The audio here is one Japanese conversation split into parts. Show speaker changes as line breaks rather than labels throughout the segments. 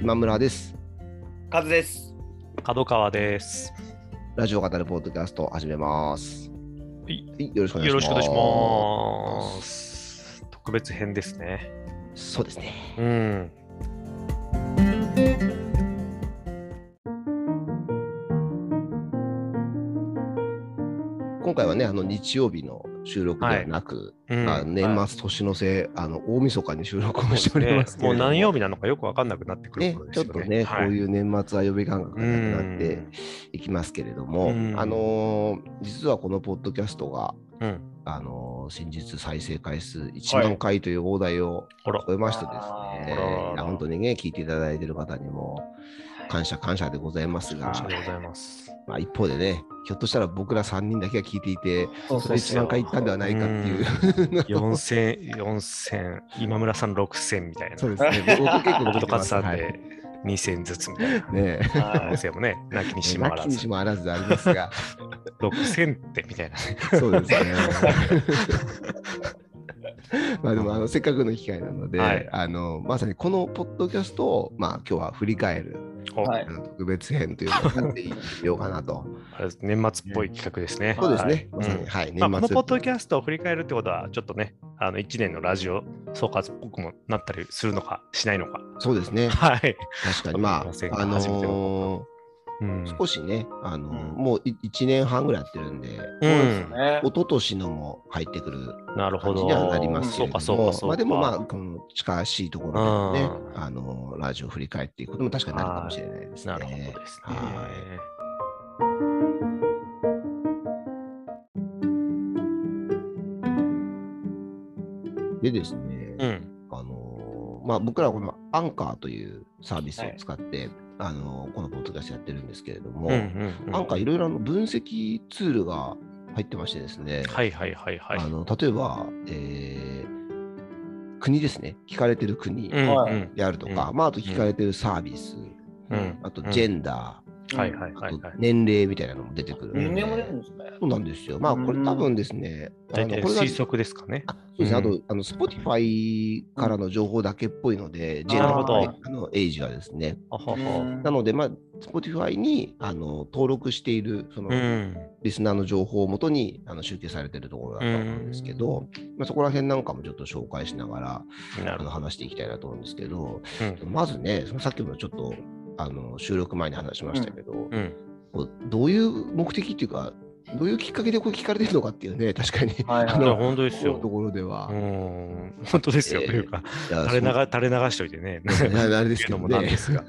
今村です。
カズです。
角川です。
ラジオ語るポッドキャスト始めます。
はい
はい、よろしくお願いします。
よろしくお願いします。特別編ですね。
す。そうですね。
うん。
今回はね、あの日曜日の収録ではなく、
うん
まあ、年
は
末年のせ、あの大晦日に収録を
い
しておりますけ
も
れ
う
ども。
何曜日なのかよくわかんなくなってくる
ね
こ、
ち
と
ょっ
です
と
よ
ね、
ね。
こういう年末は予備感覚がなくなって
うん
いきますけれども、
うん
あのー実はこのポッドキャストが、
うん。
あのー先日再生回数1
はい
万回という大台を
ほら
超。えまして
あ
です
ー
ね、
あら
いや本当にね、聞いていただいている方にも感謝感謝でございますが
あり、がとうございます。
まあ、一方でね、ひょっとしたら僕ら3人だけが聞いていて、
そう
それ1万回いったんではないかっていう、
四千四千今村さん六千みたい な。
そうです ね、僕結構
僕と
聞いて
カ
ま
ズ
す
さん
はい
で二千ずつみたいな。
ねえ
可能性 もね、なきにしもあ
な
ら
きに
ず
し。もあらずでありますが、
六千ってみたいな。
そうです ね。まあでもあのせっかくの機会なので、
はい
あのまさにこのポッドキャストを、まあ、今日は振り返る
は
あ
い。
の特別編というのをやっていようかなと。
あれ年末っぽい企画ですね。
そうです
はい
ね、まさ
う
に、
ん
はい、
まあ、このポッドキ
ス
ャストを振り返るってことは、ちょっとね、あの1年のラジオ総括っぽくもなったりするのか、しないのか。
トそうですね、
はい。
確かに、ま
わかりません
あ、
が
あ
初めて
の
うん
ー少しね、あのー
うん
もう1年半ぐらいやってるんで、
う
そうです
ん、
ね
一。昨年のも入ってくる
なるほ
感じ
ど。
にはなりますけれ
そう
ど
か、そう
も
か、そうか。
まあでもまあ、この近しいところでね
う、ん
あの、ラジオを振り返っていくことも確かになるかもしれないですね。
なるほどですね。
はいでですね、
うん。
あの、まあ僕らはこのアンカーというサービスを使って、あの、このポッドキャストやってるんですけれども、
うん
ア
う
ン
んうん。
カーいろいろあの分析ツールが入ってましてですね、
はいはいはいはい。
あの例えば、えー国ですね、聞かれてる国
うんうん
はい
であるとか、
う
まあ、あと聞かれてるサービス、
うん
あと
うん
ジェンダ
はいはい
ー、
は
あ
い
と
はい。
年齢みたいなのも出てくるので、
人間も出るんですね。
そうなんですよ。まあ、これ多分ですね、あ
大
の
体
これが
推測ですかね。
あそうですね、あ
う
と、あの Spotify からの情報だけっぽいので、ジェン
な
ダ
る
ー
ほ
と
ど
かあのエイジはですね。
あは
う
は。
ん
なので、まあ、Spotify にあの登録しているその
うん。
リスナーの情報をもとにあの集計されているところだと思うんですけど、まあ、そこら辺なんかもちょっと紹介しながら、
な
あの
るほど。
話していきたいなと思うんですけど、
うん
まずね、そのさっきもちょっとあの収録前に話しましたけど、
うん。
こうどういう目的っていうか、どういうきっかけでこれ聞かれてるのかっていうね、確かに、
はいはい。
あ
いや、
の
本当です
そういう
よ
と。ころでは。
うん。本当ですよ。というか、
いや
垂れ流
そう
垂れ流しといて ね。
ですねあれで
っ
す
ていう
け
の
ど
もなんで
ね、
すが。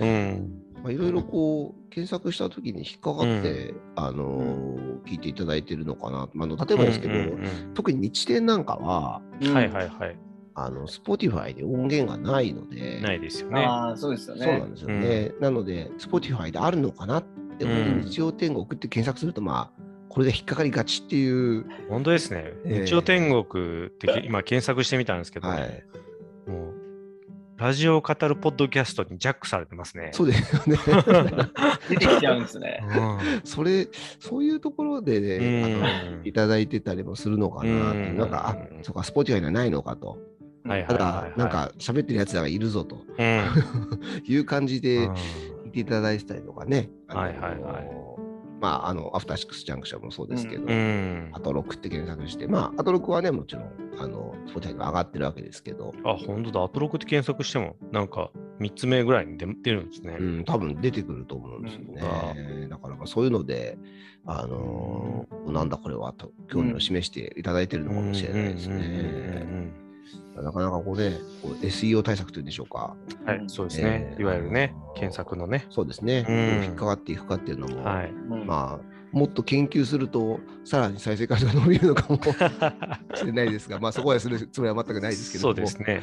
うん。
まあいろいろこう検索した時に引っかかって、あのー聞いていただいてるのかな、まあ、あの例えばですけど、
うんうん
特に日展なんかは、
うんはいはいいはい。
あの Spotify で音源がないので、
ないですよね。
ああ、そうですよ
そうな
ね。
んですよね。なので、Spotify であるのかなって、
うん
本当に日曜天国って検索すると、まあ、これで引っかかりがちっていう、
本当ですね。
ええ
日曜天国ってけ今検索してみたんですけど、
はい、
もうラジオを語るポッドキャストにジャックされてますね。
そうです よね。
出てきちゃうんですね。
う
それ、そういうところでね、
うん
あのいただいてたりもするのかなっていう、
うん
なんか、あそうか、Spotify にはないのかと。
ん。はい
ただ、
はいはいはい。
なんか、喋ってるやつらがいるぞと
うん、
いう感じ
う
で
ん。
言っていただいてたりとかね。あの
はいはいはい
まあ、あの、アフターシックスジャンクションもそうですけど、
うん
アトロックって検索して、まあ、アトロックはね、もちろん、あの、スポティファイが上がってるわけですけど、
あ、本当だ。アトロクで検索しても、なんか3つ目ぐらいに出出るんですね。
うん、多分出てくると思うんですよね。だからまあ、そういうので、あのーなんだこれはと興味を示していただいてるのかもしれないです
うんうん
ね。
うん
なかなかこうね、こう SEO 対策というんでしょうか。
うんはい、そうですね。
ええ
いわゆるね
あの、
検索のね。
そうですね。
うん
引っかかっていくかっていうのも、
はい。
うん
まあ、もっと研究すると、さらに再生回数が伸びるのかもしれないですが、まあ、そこはするつもりは全くないですけれど
そ
も。
うですね。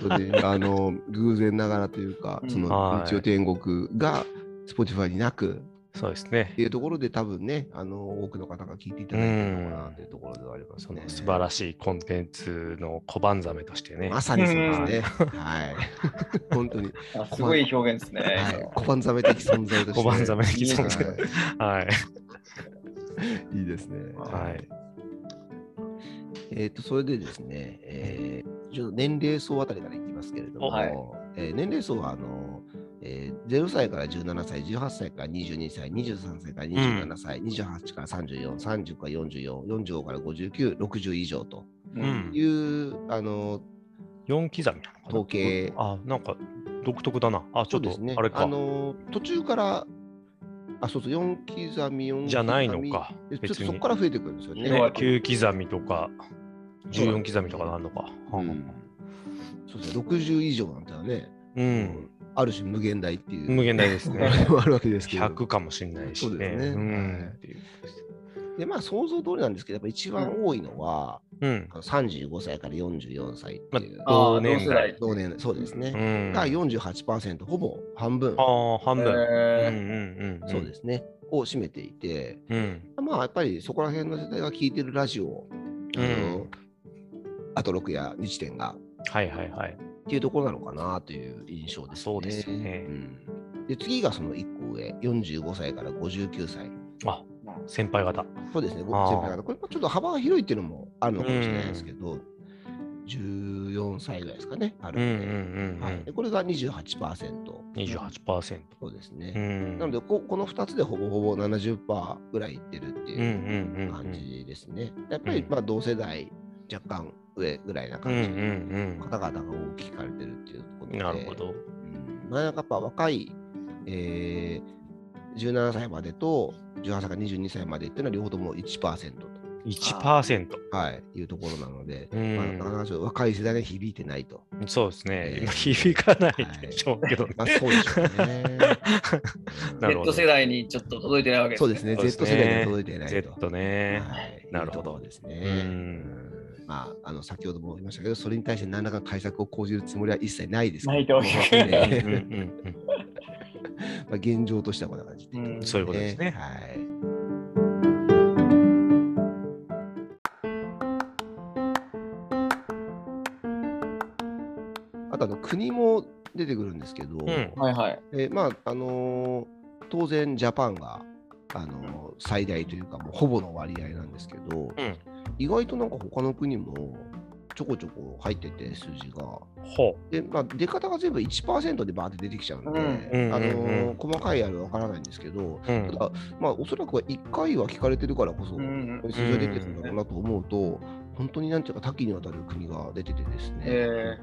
それ であの偶然ながらというか
う、ん
その
はい
日曜天国が Spotify になく
そうですね
っ。ていうところで、多分ね、あの多くの方が聞いていただいてるのかなというところではあります
そ
ね
の。素晴らしいコンテンツの小判ざめとしてね。
まさにそうですね。 はい。本当に、
あすごい表現ですね。
はい、小判ざめ的存在として。
小判ざめ的存在
はい
はい。
いいですね。
はい。
えっ、と、それでですね、えー、ちょっと年齢層あたりからいきますけれども、
はい
えー年齢層はあの、えー0歳から17歳、18歳から22歳、23歳から27歳、28から34、30から44、45から59、60以上と
うん
うん
いうあの
4刻みなのかな
統計
あ、なんか独特だな。あ、ち
そ
ょ
う
っと
ですね。
あれか。
あの途中から、あ、そうそう、4刻み、4刻み。
じゃないのか
え。ちょっ
別
とそこ
に。
から増えてくるんですよね。
ね
ね、9刻みとか、14刻みとかなるのか。
うんそうですね、60以上なんてのはね、
うん。
ある種無限大っていう。
無限大ですね。
もあるわけ ですけど。
100かもしれないし
そう
ね。
ですね
うん
はい
っていう
で、まあ、想像通りなんですけど、やっぱ一番多いのは、
うん
あ。の35歳から44歳っていう、
ま同年代
あー
同年代、そうです
う
ね。
ん、
が48%、ほぼ半分、
ああ、半
同世代
分。うんう
え
んうん。。
そうですすね、を占めていて、
うん。
まあ、やっぱりそこら辺の世代が聞いてるラジオを、あ
う
の、あと6や日点が
はいはいはい。
っていうところなのかなという印象ですね。
そうですよね
うんで次がその1個上、45歳から59歳。
あ、先輩方。
そうですね、僕
あー
先輩方。これもちょっと幅が広いっていうのもあるのかもしれないですけど、14歳ぐらいですかね、ある
うんうんうんう
はい、
ん
で。これが28%。
28%。
そうです
う
ね。
ん。
なのでこ、この2つでほぼほぼ70%ぐらいいってるって
う
い
んうん
う
うんうん。
感じですね。やっぱりまあ同世代、若干上ぐらいな
うんう
感じの
ん
方々が大きく聞かれてるっていうこと
うん。
で。
なるほど。
うんまあ、なんかやっぱ若い、えー、17歳までと18歳から22歳までっていうのは両方とも1%と、
1%。
はい、いうところなので、
うん
まあ、なかなかちょっと若い世代に響いてない と。
そうですね。
えー
今響かないでしょうけどね。
まあ、そうでしょうね。
なるほど
Z 世代にちょっと届いてないわけ
うん
です
そう
ね
ですね、
そうです
Z 世
ね
代には届いてないと。
Z ね。
はい
なる
いう
ほど
ところですね。
うん
うんまあ、あの先ほども言いましたけど、それに対して何らかの対策を講じるつもりは一切ないですけど
ないと思いますね
うんうん
ね
う
ま
ん
あ、現状としてはこんな感じで、
うん
そういうことですね
はい。あとあの国も出てくるんですけど、
うん
はいはい。
えーまああのー当然ジャパンが、あのー最大というかもうほぼの割合なんですけど、
うん
意外となんか他の国もちょこちょこ入ってて数字が。
うん。ほ
で、まあ、出方が全部1%でバーって出てきちゃうんで、
うん
あのー
うんうんうん
細かいあれは分からないんですけど、
う。うん
た。だ、まあ、おそらくは1回は聞かれてるからこそ、
うん
こういう数字が出てるんだろうなと思うと、本当になんていうか多岐にわたる国が出ててですね、
え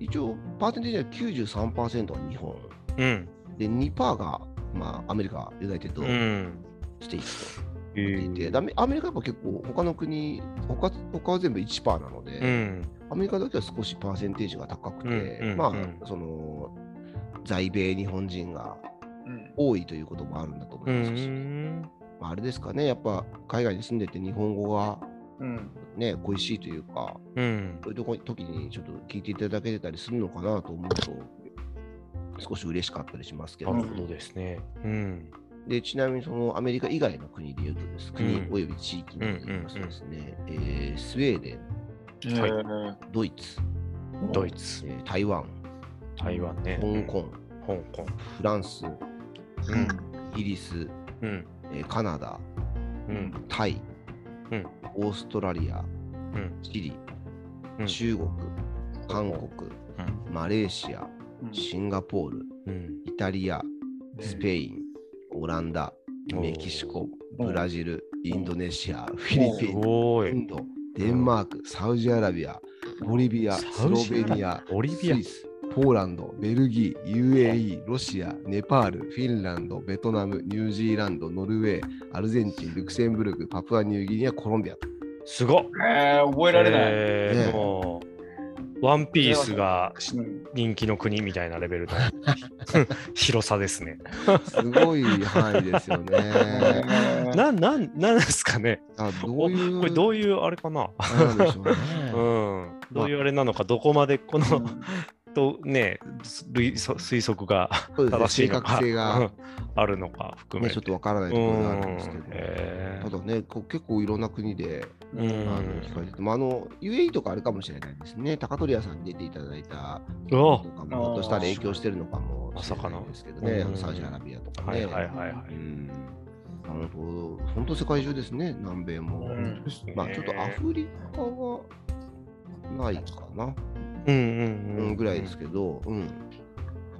一応、パーセンテージは93%は日本、
うん。
で2%が、まあ、アメリカ、ユナイテッド
う、ん。
ステイツ
え
と言っていて、
ー
アメアメリカやっぱ結構、他の国、他他は全部1%なので、
うん。
アメリカだけは少しパーセンテージが高くて、
うんうん
ま
うん
あ、その、在米日本人が
うん
多いということもあるんだと思
う
いますし、
ん。
まあ、あれですかね、やっぱ海外に住んでて日本語が
うん。
ね、恋しいというか、
うん
そういうとこ時にちょっと聞いていただけてたりするのかなと思うと、少し嬉しかったりしますけ
な
ど、
るほどですね。うん。
でちなみにそのアメリカ以外の国でいうとです、国
うん
および地域で言いますとですね、えースウェーデン、
はい
い。
ドイツ、
ドイツ
え、ー台湾、
台湾ね。
香港、
香港。
フランス、
うん。
イギリス、
うん。
えーカナダ、
うん。
タイ、
うん
オーストラリア、
うん。
チリ、
うん
中国、韓国、マレーシア、シンガポール、
うん。
イタリア、スペイン、オランダ、
おー
メキシコ、
うん
ブラジル、インドネシア、フィリ
す
ピン、
ご
イ
い。
ンド、デンマーク、サウジアラビア、ボリビア、
サ
ス
ウ
ロ
ジアラビア
ベニア、
ボリビア
スイス、ポーランド、ベルギー、UAE、ロシア、ネパール、フィンランド、ベトナム、ニュージーランド、ノルウェー、アルゼンチン、ルクセンブルク、パプアニューギニア、コロンビア。
すごっ。
えー、覚えられない。
え
ね
ーもう、ワンピースが
うん
人気の国みたいなレベルの 広さですね。
すごい範囲です よね。
な、なん、なんですかね。
あどういう。
これどういうあれかな。
あれなんでしょうね。
うん。どういうあれなのか、どこまでこの、とね、推推測が
そうですね
正しいのか、
正確性が
うんあるのか含
ね、
めて。
ちょっとわからないところがあるんですけど
うん。え
ただね、こう結構いろんな国で、
うん
あの聞かれてて、まあ、あの UAE とかあるかもしれないですね。高取屋さんに出ていただいた
うわ
とかも、ひょっとしたら影響してるのかもしれないですけどね、
まさかの
サウジアラビアとか
は
ね。
いはいはいは
う
い。
ん本当、本当世界中ですね、南米も。
うん
まあ、ちょっとアフリカはないかな、う、
うんうんうんん
ぐらいですけど、うん。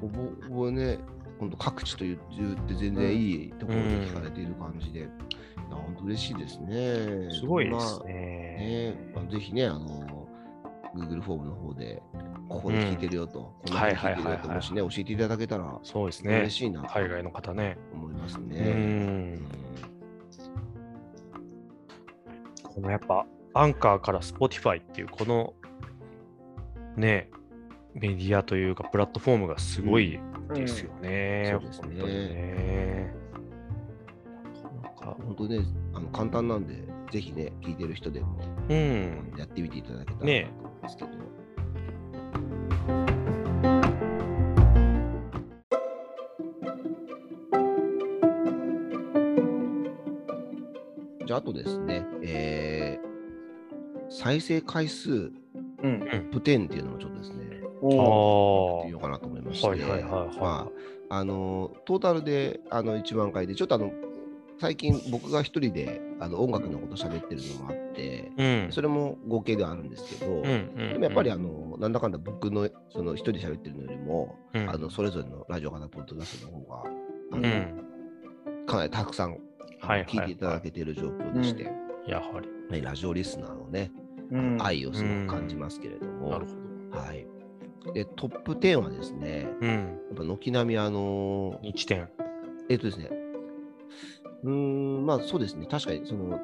こうぼぼね、本当各地と言って全然いいところで聞かれている感じで、いや本当嬉しいですね。
すごいで
そ
す
んな
ね。
ね、まあぜひね、あの、Google フォームの方で、ここで聞いてるよと、こんなこと聞いてる
はいはいは
よ
いは
と、
い
もしね、教えていただけたら
そうですね
嬉。しいなと
海外の方ね。
思います
う
ね。
ん。このやっぱ、アンカーから Spotify っていう、このね、メディアというか、プラットフォームがすごいですよね。
うんそう
本
ですね
当にね。なかなか
うん本当ね、あの簡単なんで、ぜひね、聞いてる人でも
うん。
やってみていただけたら
ね
と思うんですけど。じゃあ、あとですね、えー再生回数
うん。
トップ10っていうのもちょっとですね、
あ
お
やって
あ
お。
み。ようかなと思いまし
はい
て、
はいはいはい
まあ、あのトータルであの1万回で、ちょっとあの最近僕が一人であの音楽のこと喋ってるのもあって、
うん。
それも合計ではあるんですけど、
うんうん
でもやっぱりあのなんだかんだ僕のその一人で喋ってるのよりも、
うん
あのそれぞれのラジオかなポッドキャストの方が、あ
う
の
ん。
かなりたくさんあの
はいはい
聞いていただけてる状況でして、
やはり。
ねラジオリスナーのね、
うん。
愛をすごく感じますけれども、
なるほど。
はい、でトップ10はですね、
うん。
やっぱ軒並みあのー
1点。
えっとですね、うーん、まあそうですね、確かにその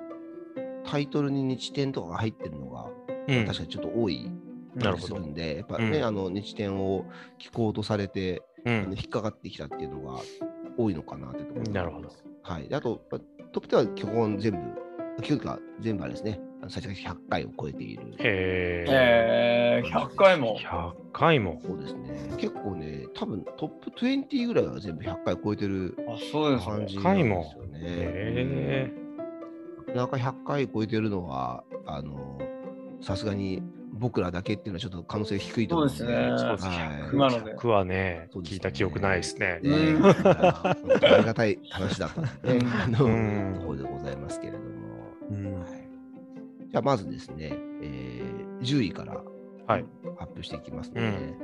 タイトルに日点とかが入ってるのが、
うん。
確かにちょっと多い
なる
り
ほ
す
ど
るんで、やっぱね、
うん
あの日点を聞こうとされて、あ
う
の
ん。
引っかかってきたっていうのが多いのかなってところ
なるほど。
はい、であと、まあトップでは基本全部、基本は全部あれですね、あの最初から100回を超えている。
へえ。
えー、100回も。
100回も。
そうですね、結構ね、多分トップ20ぐらいは全部100回超えてる
あ、そうです
感
ね。
じなんですよね。
へえ。
うんなかなか100回超えてるのは、あの、さすがに僕らだけっていうのはちょっと可能性低いと思うんで。
そうですね
そうです
はい
100なので
100はね、
そうです
聞
ね
いた記憶ないですね。
ね
うん
だから本当にありがたい話だったと、ね、あの
うん
ところでございますけれども。
うん
はいじゃあまずですね、えー10位から
はい
発表していきますので、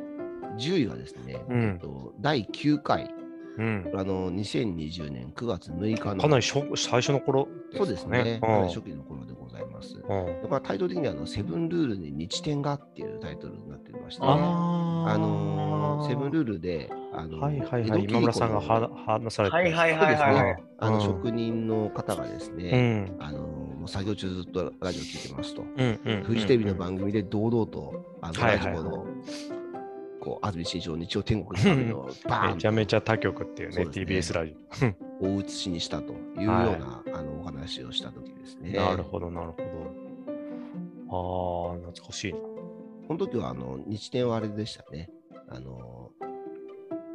10位はですね、
うん
えっと第9回、
うん
こ。れあの2020年9月6日の
かなり初最初の頃で
そ
すかね。
うですね、か
う
なり
ん
初期の頃でございます。
うん
まあ、タイトル的にはあの「セブンルールに日点が」っていうタイトルになってまして、
あー
あのーセブンルールで、あの
はいはい
江
は
戸
い。
切子の
今村さんがは話されて
はいはいはい
そうです
は
ね
い。
あ
うん
の職人の方がです
う
ね、
ん
あのもう作業中ずっとラジオ聞いてますと、
うんうん。
フジテレビの番組で堂々と、あの
はい
ラジ
はい
オの、こう安住紳一郎日曜天国のためのバー
めちゃ
ン
めちゃ他局っていう
そ
ね、
うです
TBS ラジ
大写しにしたというような、
はい
あのお話をした時です
オ。
ね。
なるほど、なるほど。ああ、懐かしいな。
この時はあの日展はあれでしたね。あの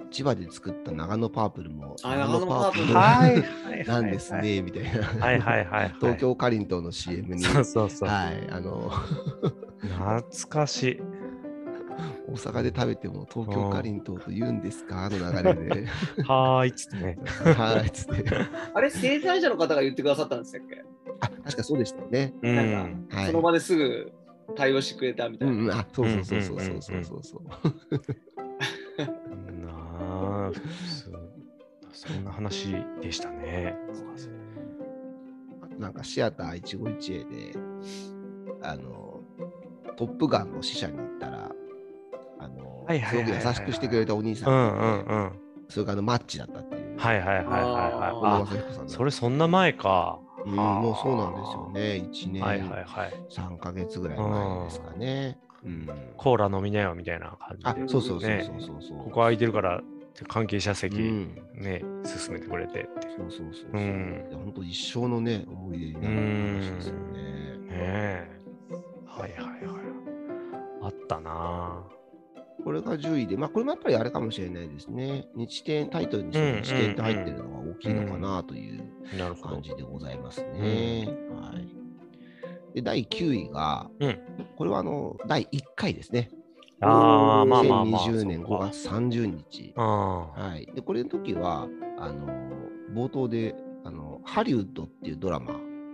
千葉で作った長野パープルも
あ長野パープル
はい
なんです。ねみたいな。
はいはいはいはい。
東京カリントンの CM に、
そうそうそう。
はい、あの
懐かしい。
大阪で食べても東京カリントンと言うんですかの流れ で、
はーいっつってね。
はいつって、
あれ、生産者の方が言ってくださったんでしたっけ
あ確かそうでしたよね。
う
なん
ん。
はい。
その場ですぐ対応してくれたみた
う
い
ん
な。
うん、あそうそうそうそうそうそうそうそう。
なあ、そうそんな話でしたね。
あとなんかシアター151 a で、あの、トップガンの死者に行ったら、あの、
はいはいはいはい
すごく優しくしてくれたお兄さ、
うんんうんうん。はい
それからあのマッチだったっていう。
はいはいは
小
い
野
はい。あ
正彦さんだ
それそんな前か。
うん、もうそうなんですよね。1
はいはい
年
はい。
3ヶ月ぐらい前ですかね。うん。
コーラ飲みなよみたいな
あ
感じ、で。
そうそうそう
ね
そうそうそう。
ここ空いてるからって関係者
う
席ね、
ん。
進めてくれてって。
そうそうそうそうう。
ん
いや本当一生のね、思い出になる話ですよね。
ねえ。はいはいはい。あったな
これが10位で、まあ、これもやっぱりあれかもしれないですね。日点タイトルにして日点って入ってるのが大きいのかなという
あ。なるほ
感
ど。
じでございますね。はい、で第9位が、
うん
これはあの第1回ですね。
ああ、まあまあまあ。
2020年5月30日。
ああ。
はい、でこれの時はあの冒頭であのハリウッドっていうドラマ。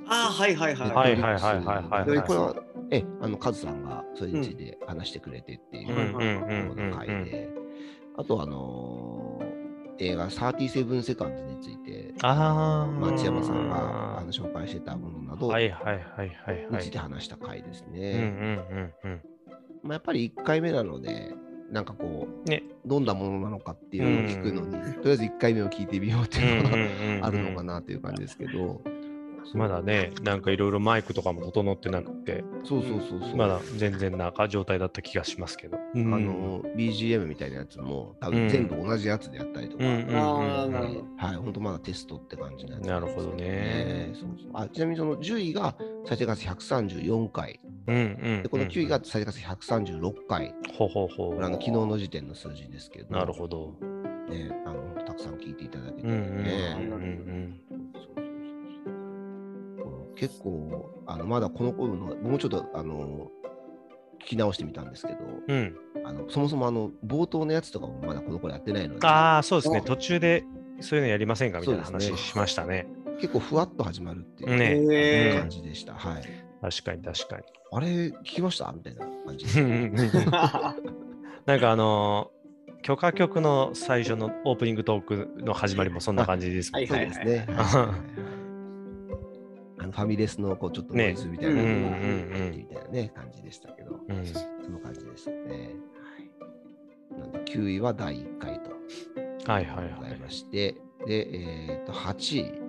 ああ、はいはいはい。
はいはいはいはいはいはい
でこれは、ええ、あのカズさんがそれについて話してくれてっていう
うんうんうんうんうん
この回で、あと、あのー映画37セカンドについて、
あー
松山さんがあの紹介してたものなど、
はいはいはいはい
に
は
つい
い
て。話した回です
うんう
ね。
んうんうん。
まあ、やっぱり1回目なので、なんかこう、
ね
どんなものなのかっていうのを聞くのに、とりあえず1回目を聞いてみようっていうのが、あるのか
な
なという感じですけど、
まだね、なんかいろいろマイクとかも整ってなくて、
そうそうそうそう、
まだ全然な状態だった気がしますけど。あ
あ、の BGM みたいなやつも多分全部同じやつでやったりとか、
うんうん
ああ、なるほど。
はい、本当まだテストって感じなん
なるほどね
そうそうあちなみにその10位が再生回数134回、
うんうん。
でこの9位が、再生回数136回、
ほうほう
こ
ほう。
れあの昨日の時点の数字ですけど、
なるほど。
ね、あの本当たくさん聞いていただけて
うんう
る
ん
んでね、
うん
そうそうそうそう結構あの、まだこの頃の、もうちょっとあの聞き直してみたんですけど、
うん。うん。
あのそもそもあの冒頭のやつとかもまだこの頃やってないので、
ああ、そうですね。
お
途中でそういうのやりませんかみたいな
そうです
話
ね
しましたね。
結構ふわっと始まるっていう
ね
へ
感
ー
じでした。はい、
確かに確かに。
あれ、聞きましたみたいな感じで
うんうんうん なんかあのー許可局の最初のオープニングトークの始まりもそんな感じですもんね。
そうですね。
はい
はいはい
はいあのファミレスのこうちょっとノイズみたいなのが入ってみたいなね、感じでしたけど、
うん
その感じでしたね。はいなんで9位は第1回と
はいはい
ご
は
ざい
い。
まして、で、えー、と8位。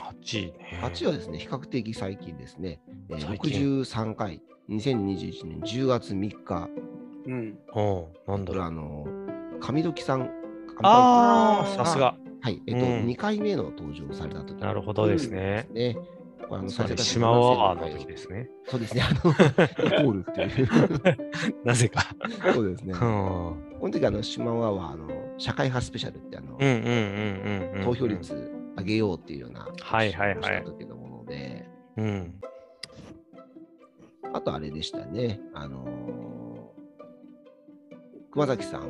8位ね。
8はですね、比較的最近ですね、えー
最近
63回、2021年10月3日、
うん。
おうなんだ
これ
ろ
は
う。
あの、上時さん、
ああ、
乾パン
さすが。
はい、えっと、
うん
2回目の登場された時
なるほどですね。
ね。これあの
つ
再
ま
生
り
回数
島アワーの時です ね。
そうですね、 あの、イコールっていう。
なぜか。
そうですね。
う
こ
んうん
の時、あの、島ワは、あの、社会派スペシャルって、あの、
うんうんう ん。
投票。率上げようっていうような、
はいはいはい
した時のもので、
うん。
あとあれでしたね、あのー熊崎さんを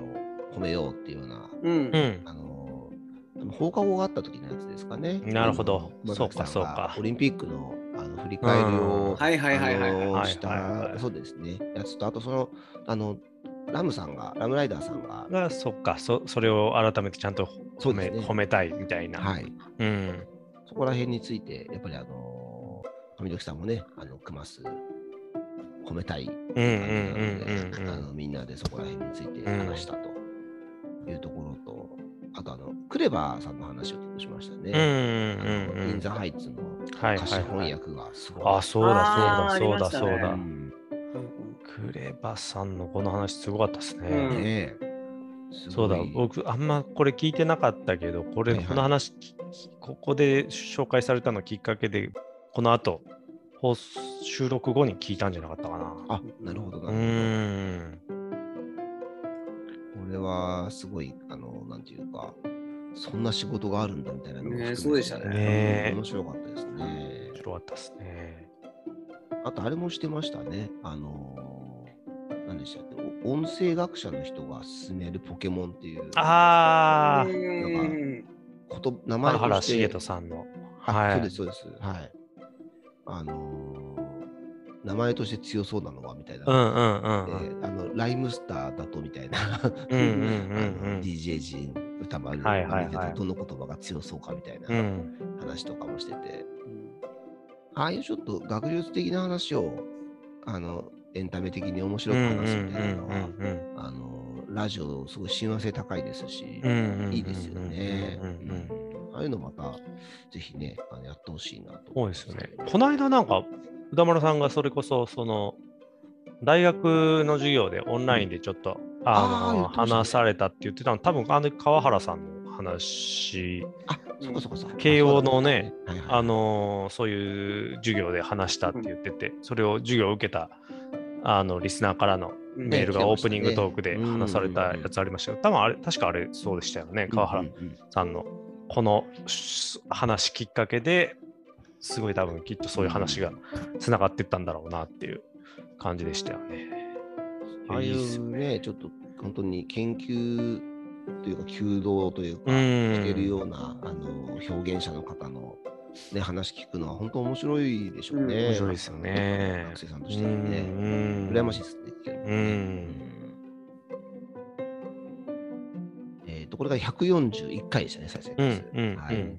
褒めようっていうような、
うん
う。ん。
あのー多分放課後があった時のやつですかね。
なるほど
あの熊崎さ
そうんかそうか
がオリンピックのあの振り返り
うん
を、
はいはいはいはい
あのー
はい
した、
はいはいはい
そうですね、やつと、あとその、あの、ラムさんが、ラムライダーさんが、
が、そっか、そそれを改めてちゃんと
そ
褒
うで
め
すね
褒めたいみたいな。
はい、
うん。
そこら辺について、やっぱりあのー、富時さんもね、あの、クマス、褒めたい
うん
感
うん
じなので
うんうんう
あ
ん
のみんなでそこら辺について話したというところと、あとあのクレバーさんの話をちょっとしました
うん。う
ね。
ん
あ
うんう
のイン
ん。
ザハイツの
はい
歌詞
はいは
翻
い。
訳がすごい。
あ、そうだ
あー
そうだそうだ
ありました
そ
ね
う
う
だ。
ん
う
ク
ん
レバさんのこの話すごかったですね。
うん
ねえす
そ
ご
う
い
だ、僕、あんまこれ聞いてなかったけど、これ、
はいはい
この話、ききここで紹介されたのきっかけで、この後、放送収録後に聞いたんじゃなかったかな。
あ、なるほど
う
な
ー
る
ん。
ほど。これはすごい、あの、なんていうか、そんな仕事があるんだみたいなのも含めて
ねえそうでしたね
ねえ
面白かったですね
面。白かったですね。
あとあれもしてましたね。あのー何でしたっけお音声学者の人が勧めるポケモンっていう
あー、
うん
こと名前
原
を
原
して
茂人さんの。
あ
はい
そうですそうですはいあのー名前として強そうなのはみたいな、
うんうんうん
で
うん。
あのライムスターだとみたいな、
うんうんうんうん
DJ 陣歌丸
はい
が
はいはい
見ててどの言葉が強そうかみたいな
うん。
話とかもしてて、ああいうちょっと学術的な話をあのエンタメ的に面白く話すみたいなのは、
うん
あのラジオすごい親和性高いですし、
うんうんうんうん
いいですよね。
う
うん
うんうん
んああいうのまたぜひねあのやってほしいなと。
そうですよね。この間なんか、歌丸さんがそれこそ、その、大学の授業でオンラインでちょっと、あの
あー言ってましたね
話されたって言ってたの、多分あの川原さんの話、
あそこそこそこ。
慶応のね
あ、そうだ
あのーそういう授業で話したって言ってて、それを授業を受けたあのリスナーからの
うん
メールが
ね
オープニングトークで
来てましたね
話されたやつありましたけど、多分あれ、確かあれそうでしたよね、川
う
原
んうんうん
さんのこのし話きっかけですごい多分きっとそういう話がつながっていったんだろうなっていう感じでしたよね。
ああい
いいっす
うね、ちょっと本当に研究というか、弓道というか、
うん
してるようなあの表現者の方の、ね、話聞くのは本当面白いでしょうね。
うん
面白いですよね
学生さんと
う
してもね。
ん
羨ましいですね。
うん
これが141回でしたね、再生回数。
うんうん
は
う
い
ん、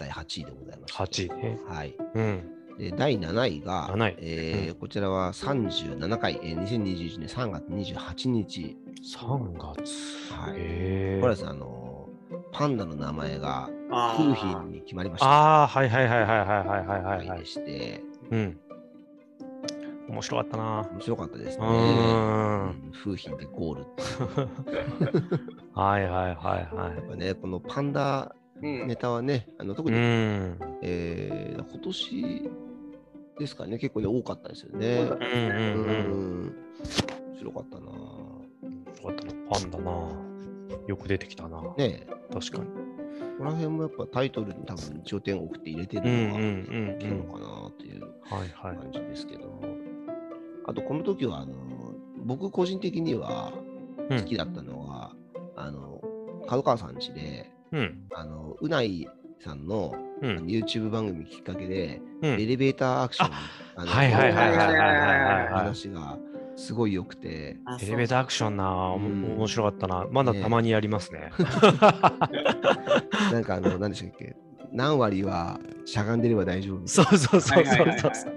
第8位でございました。
8位ね。
はい。
うん。
で第7位が
7位
えーこちらは37回、えー、2021年3月28日、
3月。
はい
へえ
これはですねあのーパンダの名前が
あ
楓
ー
浜に決まりました
ああ、はいはいはいはいはいはいはいはい、は
回
い
で。して、
うん。面白かったな。
面白かったです
う
ね。
ーん。
うん楓浜でゴールって
はいはいはいは
や
い
っ。ぱ ね、このパンダ
うん
ネタはね、あの特
う
に、
ん。
えー今年ですかね、結構ね多かったですよね。
多かった
うんう
ですね
うん
うん。
面白かったなぁ
よかったな。パンダな。よく出てきたな。
ねえ
確かに。
この辺もやっぱタイトルに多分一応点を送って入れて
うん
るのが
うん
大
うん
きいのかなっていう
はいはい。
感じですけども、あとこの時はあの僕個人的には
うん
好きだったのが、あの角川さん家で
うん。
あのうないさんの
う
あの
ん。
YouTube 番組きっかけで、
う
エ
ん。
レベーターアクションあの
はいはいはいはいはいはいはい。
話がすごい良くて、
あ
エレベーターアクションな、おも
うん
面白かったな。まだ
ね
たまにやりますね。
なんかあの何でしたっけ何割はしゃがんでれば大丈夫みた
そ
いう
そう
は
そうそう
いはいはいはい
そう。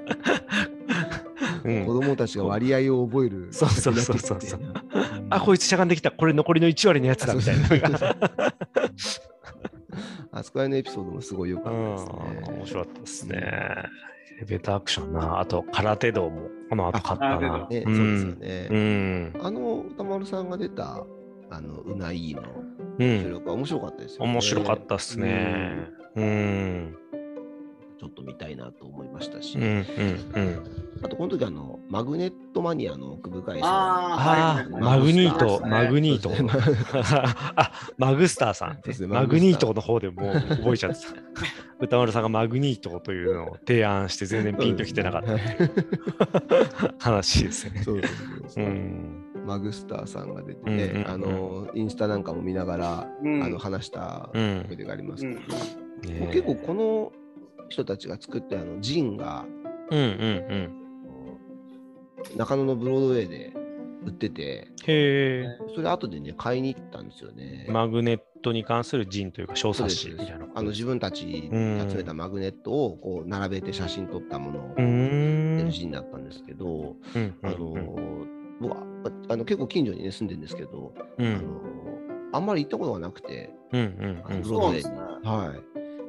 う
な子
ん。
供たちが割合を覚える
そうそうそうそうそう
企画になってて
あ、こいつしゃがんできた。これ残りの1割のやつだみたいな。
あそこら辺のエピソードもすごい良か
う
った
ん
ですね。
面白かったですね。エレベーターアクションな。あと、空手道も、この後買ったな。
あ空
ね、
う
そうですよ
ん。
ね。
うん。
あの歌丸さんが出たあのうないの
う
収
ん。
録は面白かったですよね。
面白かったっすね。うん。
ちょっと見たいなと思いましたし、
うん。うん。うん。
あとこの時あのマグネットマニアの奥深いさん
あ
あ
ー
あ、
はい
マグニート、
はい
マグニート
そう。ですね
あ、マグスターさんね
そうですね
マグニートの方でもう覚えちゃってた。歌丸さんがマグニートというのを提案して全然ピンとき てなかったっていう話ですね。
そうそうそう
う。
そうんマグスターさんが出て
うんうんう
ね
ん
あのインスタなんかも見ながら、
うん
あの話した
う
思
ん
い。出があります
う
けど、
んうん
ね
結構この人たちが作ったあのジンが
うんうんうん。
中野のブロードウェイで売ってて
へ
ね
それ後でね買いに行ったんですよね。
え。マグネットに関する人というか小
そうで
冊
す
子みたいな。
あの自分たちに集めたマグネットをこう並べて写真撮ったものを
うー
出る
ん。
シーンだったんですけど、
うん
あのー僕はああの結構近所にね住んでるんですけど、
うんう
あの
ん
ーあんまり行ったことがなくて、
うんうん
あ
う
の
ん
ブロードウェイ
そう
に、
なん
は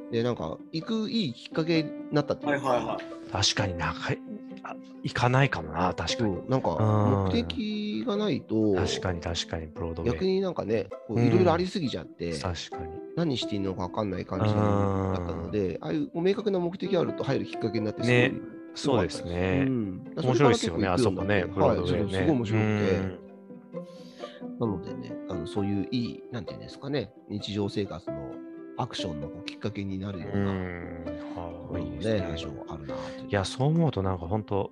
い、でなんか行くいいきっかけになったって
はいいう
か、
はいは
確かに長いあ行かないかもな確か
そ
に
うなんか
あー
目的がないと
確かに確かにブロードウ
逆
ェイ
になんかねこう
うん
いろいろありすぎちゃって、
確かに
何していいのか分かんない感じだったのでああいうもう明確な目的があると入るきっかけになってすごい
ねそうですね
うん
面白いですよねあそこねブロ
は
ー
い、
ドウ
そう
ェイ
そう
ね
すごい面白くて、なのでね、あのそういういい、なんていうんですかね、日常生活のアクションのこうきっかけになるよ
う
うな、
ん
こう
はいいうい
の
で
ね、
すね
印象があるなという
いや、そう思うとなんか本当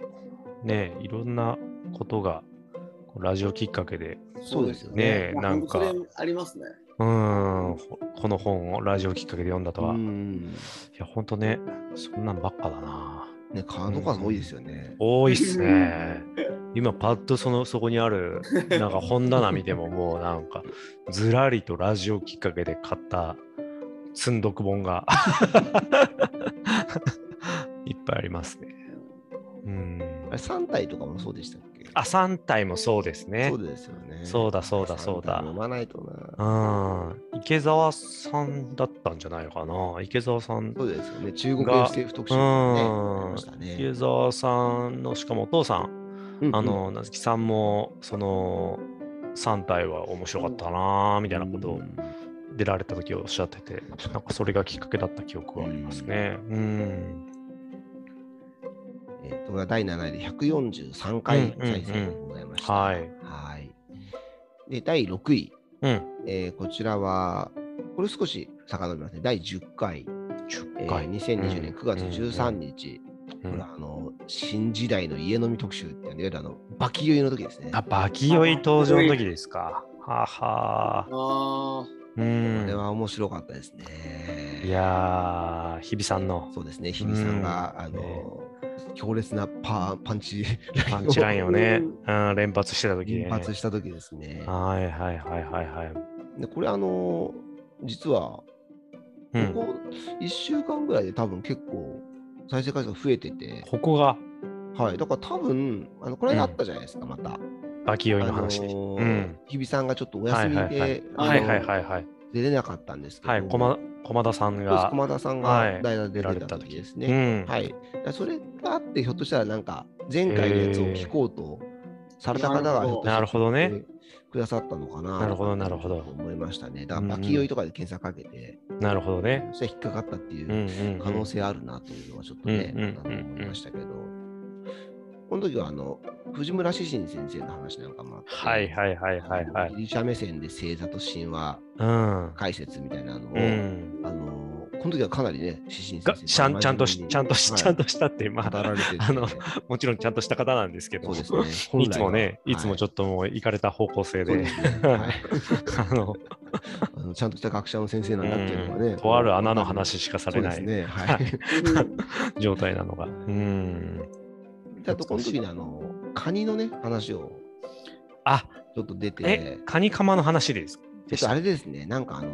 ねいろんなことがこうラジオきっかけで
い。
そうですよ
ね
ね。
えなんか
それありますね。
うんほこの本をラジオきっかけで読んだとは、
う
い
ん
や本当ねそんなんばっかだな
ね、カード数多いですよね。
多いっ すね。今パッとそのそこにあるなんか本棚見てももうなんかずらりとラジオきっかけで買った積んどく本が いっぱいありますね。うん。
あれ、3体とかもそうでしたっけ
あ、3体もそうですね
そ。うですよね。
そうだそうだそうだ
三体飲まないと
う
な。
ん。池澤さんだったんじゃないかな。池澤さん。
そうですよね。中国 SF 特集とかね、
うん
ありましたね。
池澤さんのしかもお父さん
うん うん
あ、の、夏木さんも、その、3体は面白かったなぁみたいなことを出られた時おっしゃってて、なんかそれがきっかけだった記憶はありますね。うん。
えー、とこれが第7位で143回
うんうんうん
再生でございました。
はい。
はいで、第6位、
うん。
えーこちらは、これ少し遡りますね。第10回、え
10
ー
回。
2020年9月13日、
うん
これはあの新時代の家飲み特集っていう、いわゆるあのバキ酔いの時ですね。
あ、バキ酔い登場の時ですか。はあはあ。
あ
う
これ
ん。
は面白かったですね。
いやー、日比さんの
そうですね、日比さんが、
うん
あ
ね
の強烈なパパンチ
パン チラインをね、うん連発してた時ね。
連発した時ですね。
はいはいはいはいはい。
でこれあの実は
う
こ
ん、
こ1週間ぐらいで多分結構再生回数が増えてて、
ここが
はい、だから多分あのこの間あったじゃないですか、また。
バキ酔い
あ
の
の
話で
ー
うん
日比さんがちょっとお休み
はいはい
であの
はいはいはいはい。
出れなかったんですけど、
はい、駒駒田さん
そうです
が。
駒田さん
は
が
い
代打で
出ら
出
れ
て
た
た
時
時です
う
ね。
ん。
はい、だからそれがあって、ひょっとしたらなんか前回のやつを聞こうとされた方が
な
ひ
るほど
ょっとしたら
なるほどね。
くださったのかな
なるほどなるほど
と思いましたね。だから、バキ酔いとかで検索かけて、
なるほどね。
それ引っかかったっていううん
うん
可
う
能
ん。
性あるなというのはちょっとね、
うんうん
あの
うんうん
思いましたけど、この時はあの藤村志進先生の話なんかもあって、
はいはいはいはいは
あの
い。
ギリシャ目線で星座と神話
うん。
解説みたいなのを、
うん。
あのこの時はかなりね、志進
が
先生
ちゃんちゃんとし、ちゃんとし、ちゃん
と
としたって、ま
語ら
あ、
れてて、
あのもちろんちゃんとした方なんですけ
そ
ど
う、ですね本来はい
つもね、 いつもちょっ
と
ともう行かれた方向性
そう
で
で、すねはい
あの、
あのちゃんとした学者の先生なんだっていうのは
う
ね、
んとある穴の話しかさ
そ
れ
うで
な
す
い
ね、 はい。
状態なのが。うん。
であとこの時にあのカニのね話を
あ、
ちょっと出
え
て、、
カニカマの話です。
えっとあれですねなんかあの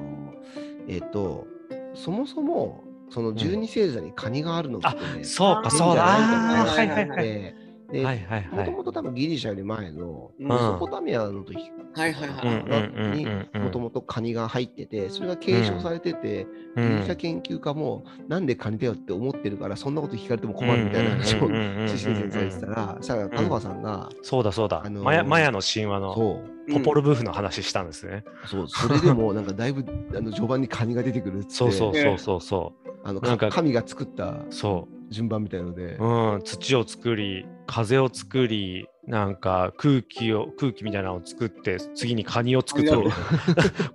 えっ、とそもそもその十二星座にカニがあるのって、ね
そう
変
か、
じ
そうだ。
ゃな
あー
い
は
か
い
なと
はい
思っ
はい。
て
は
で
いはい
も
は
と
い。
もと多分ギリシャより前の
う
メ
ん
ソポタミアの時
はいはいはい
うんうんうんうん。
もともとカニが入っててそれが継承されてて、
う
ギリシャ
ん
研究家もなんでカニだよって思ってるからそんなこと聞かれても困るみたいな話を
うんうんうんうんうんうん
知識先生にしたらさあカズマさんが、
そうだそうだ、
あのー
マヤマヤの神話の
そう
ポポルブーフの話したんですね、
そうそれでもなんかだいぶあの序盤にカニが出てくるっつって
そうそう
ね
そうそうそ
あの
なんか
神が作った
うそ
順番みたいので
う、うん、土を作り風を作りなんか空気を空気みたいなのを作って次にカニを作ったみたいな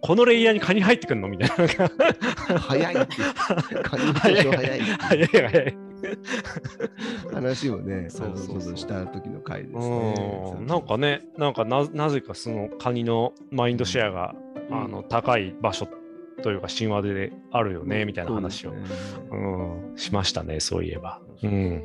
このレイヤーにカニ入ってくるのみたいな
早いってカニの
早
成
い
長早いって
早い早い
話をね
そうそうそう
あのちょっとした時の回ですね
うんなんかねなんかななぜかそのカニのマインドシェアが、あの高い場所というか神話であるよね、みたいな話を
そう
う、
ですね
ん、しましたねそういえば。うん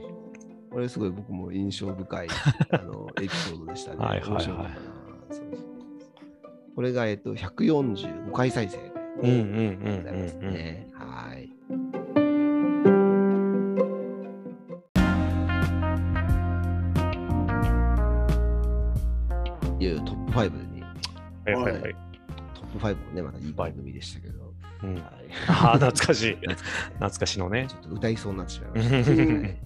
これすごい僕も印象深 いあのエピソードでしたね。
はいはいはい
面白かったなそうそうそうこれが、えっと、145回再生で
うんうんう
ご
ん
ざ
う
い
ん
ます
うん
ね。はい。いよいよトップ5に、
はいはいはい。
トップ5もね、またいい番組でしたけど、
うん、
は
あ
い
あ、懐かし い。
懐かしいね
懐かしのね
ち。ょっと歌いそうになってしまいました
う
ね、
ん
はい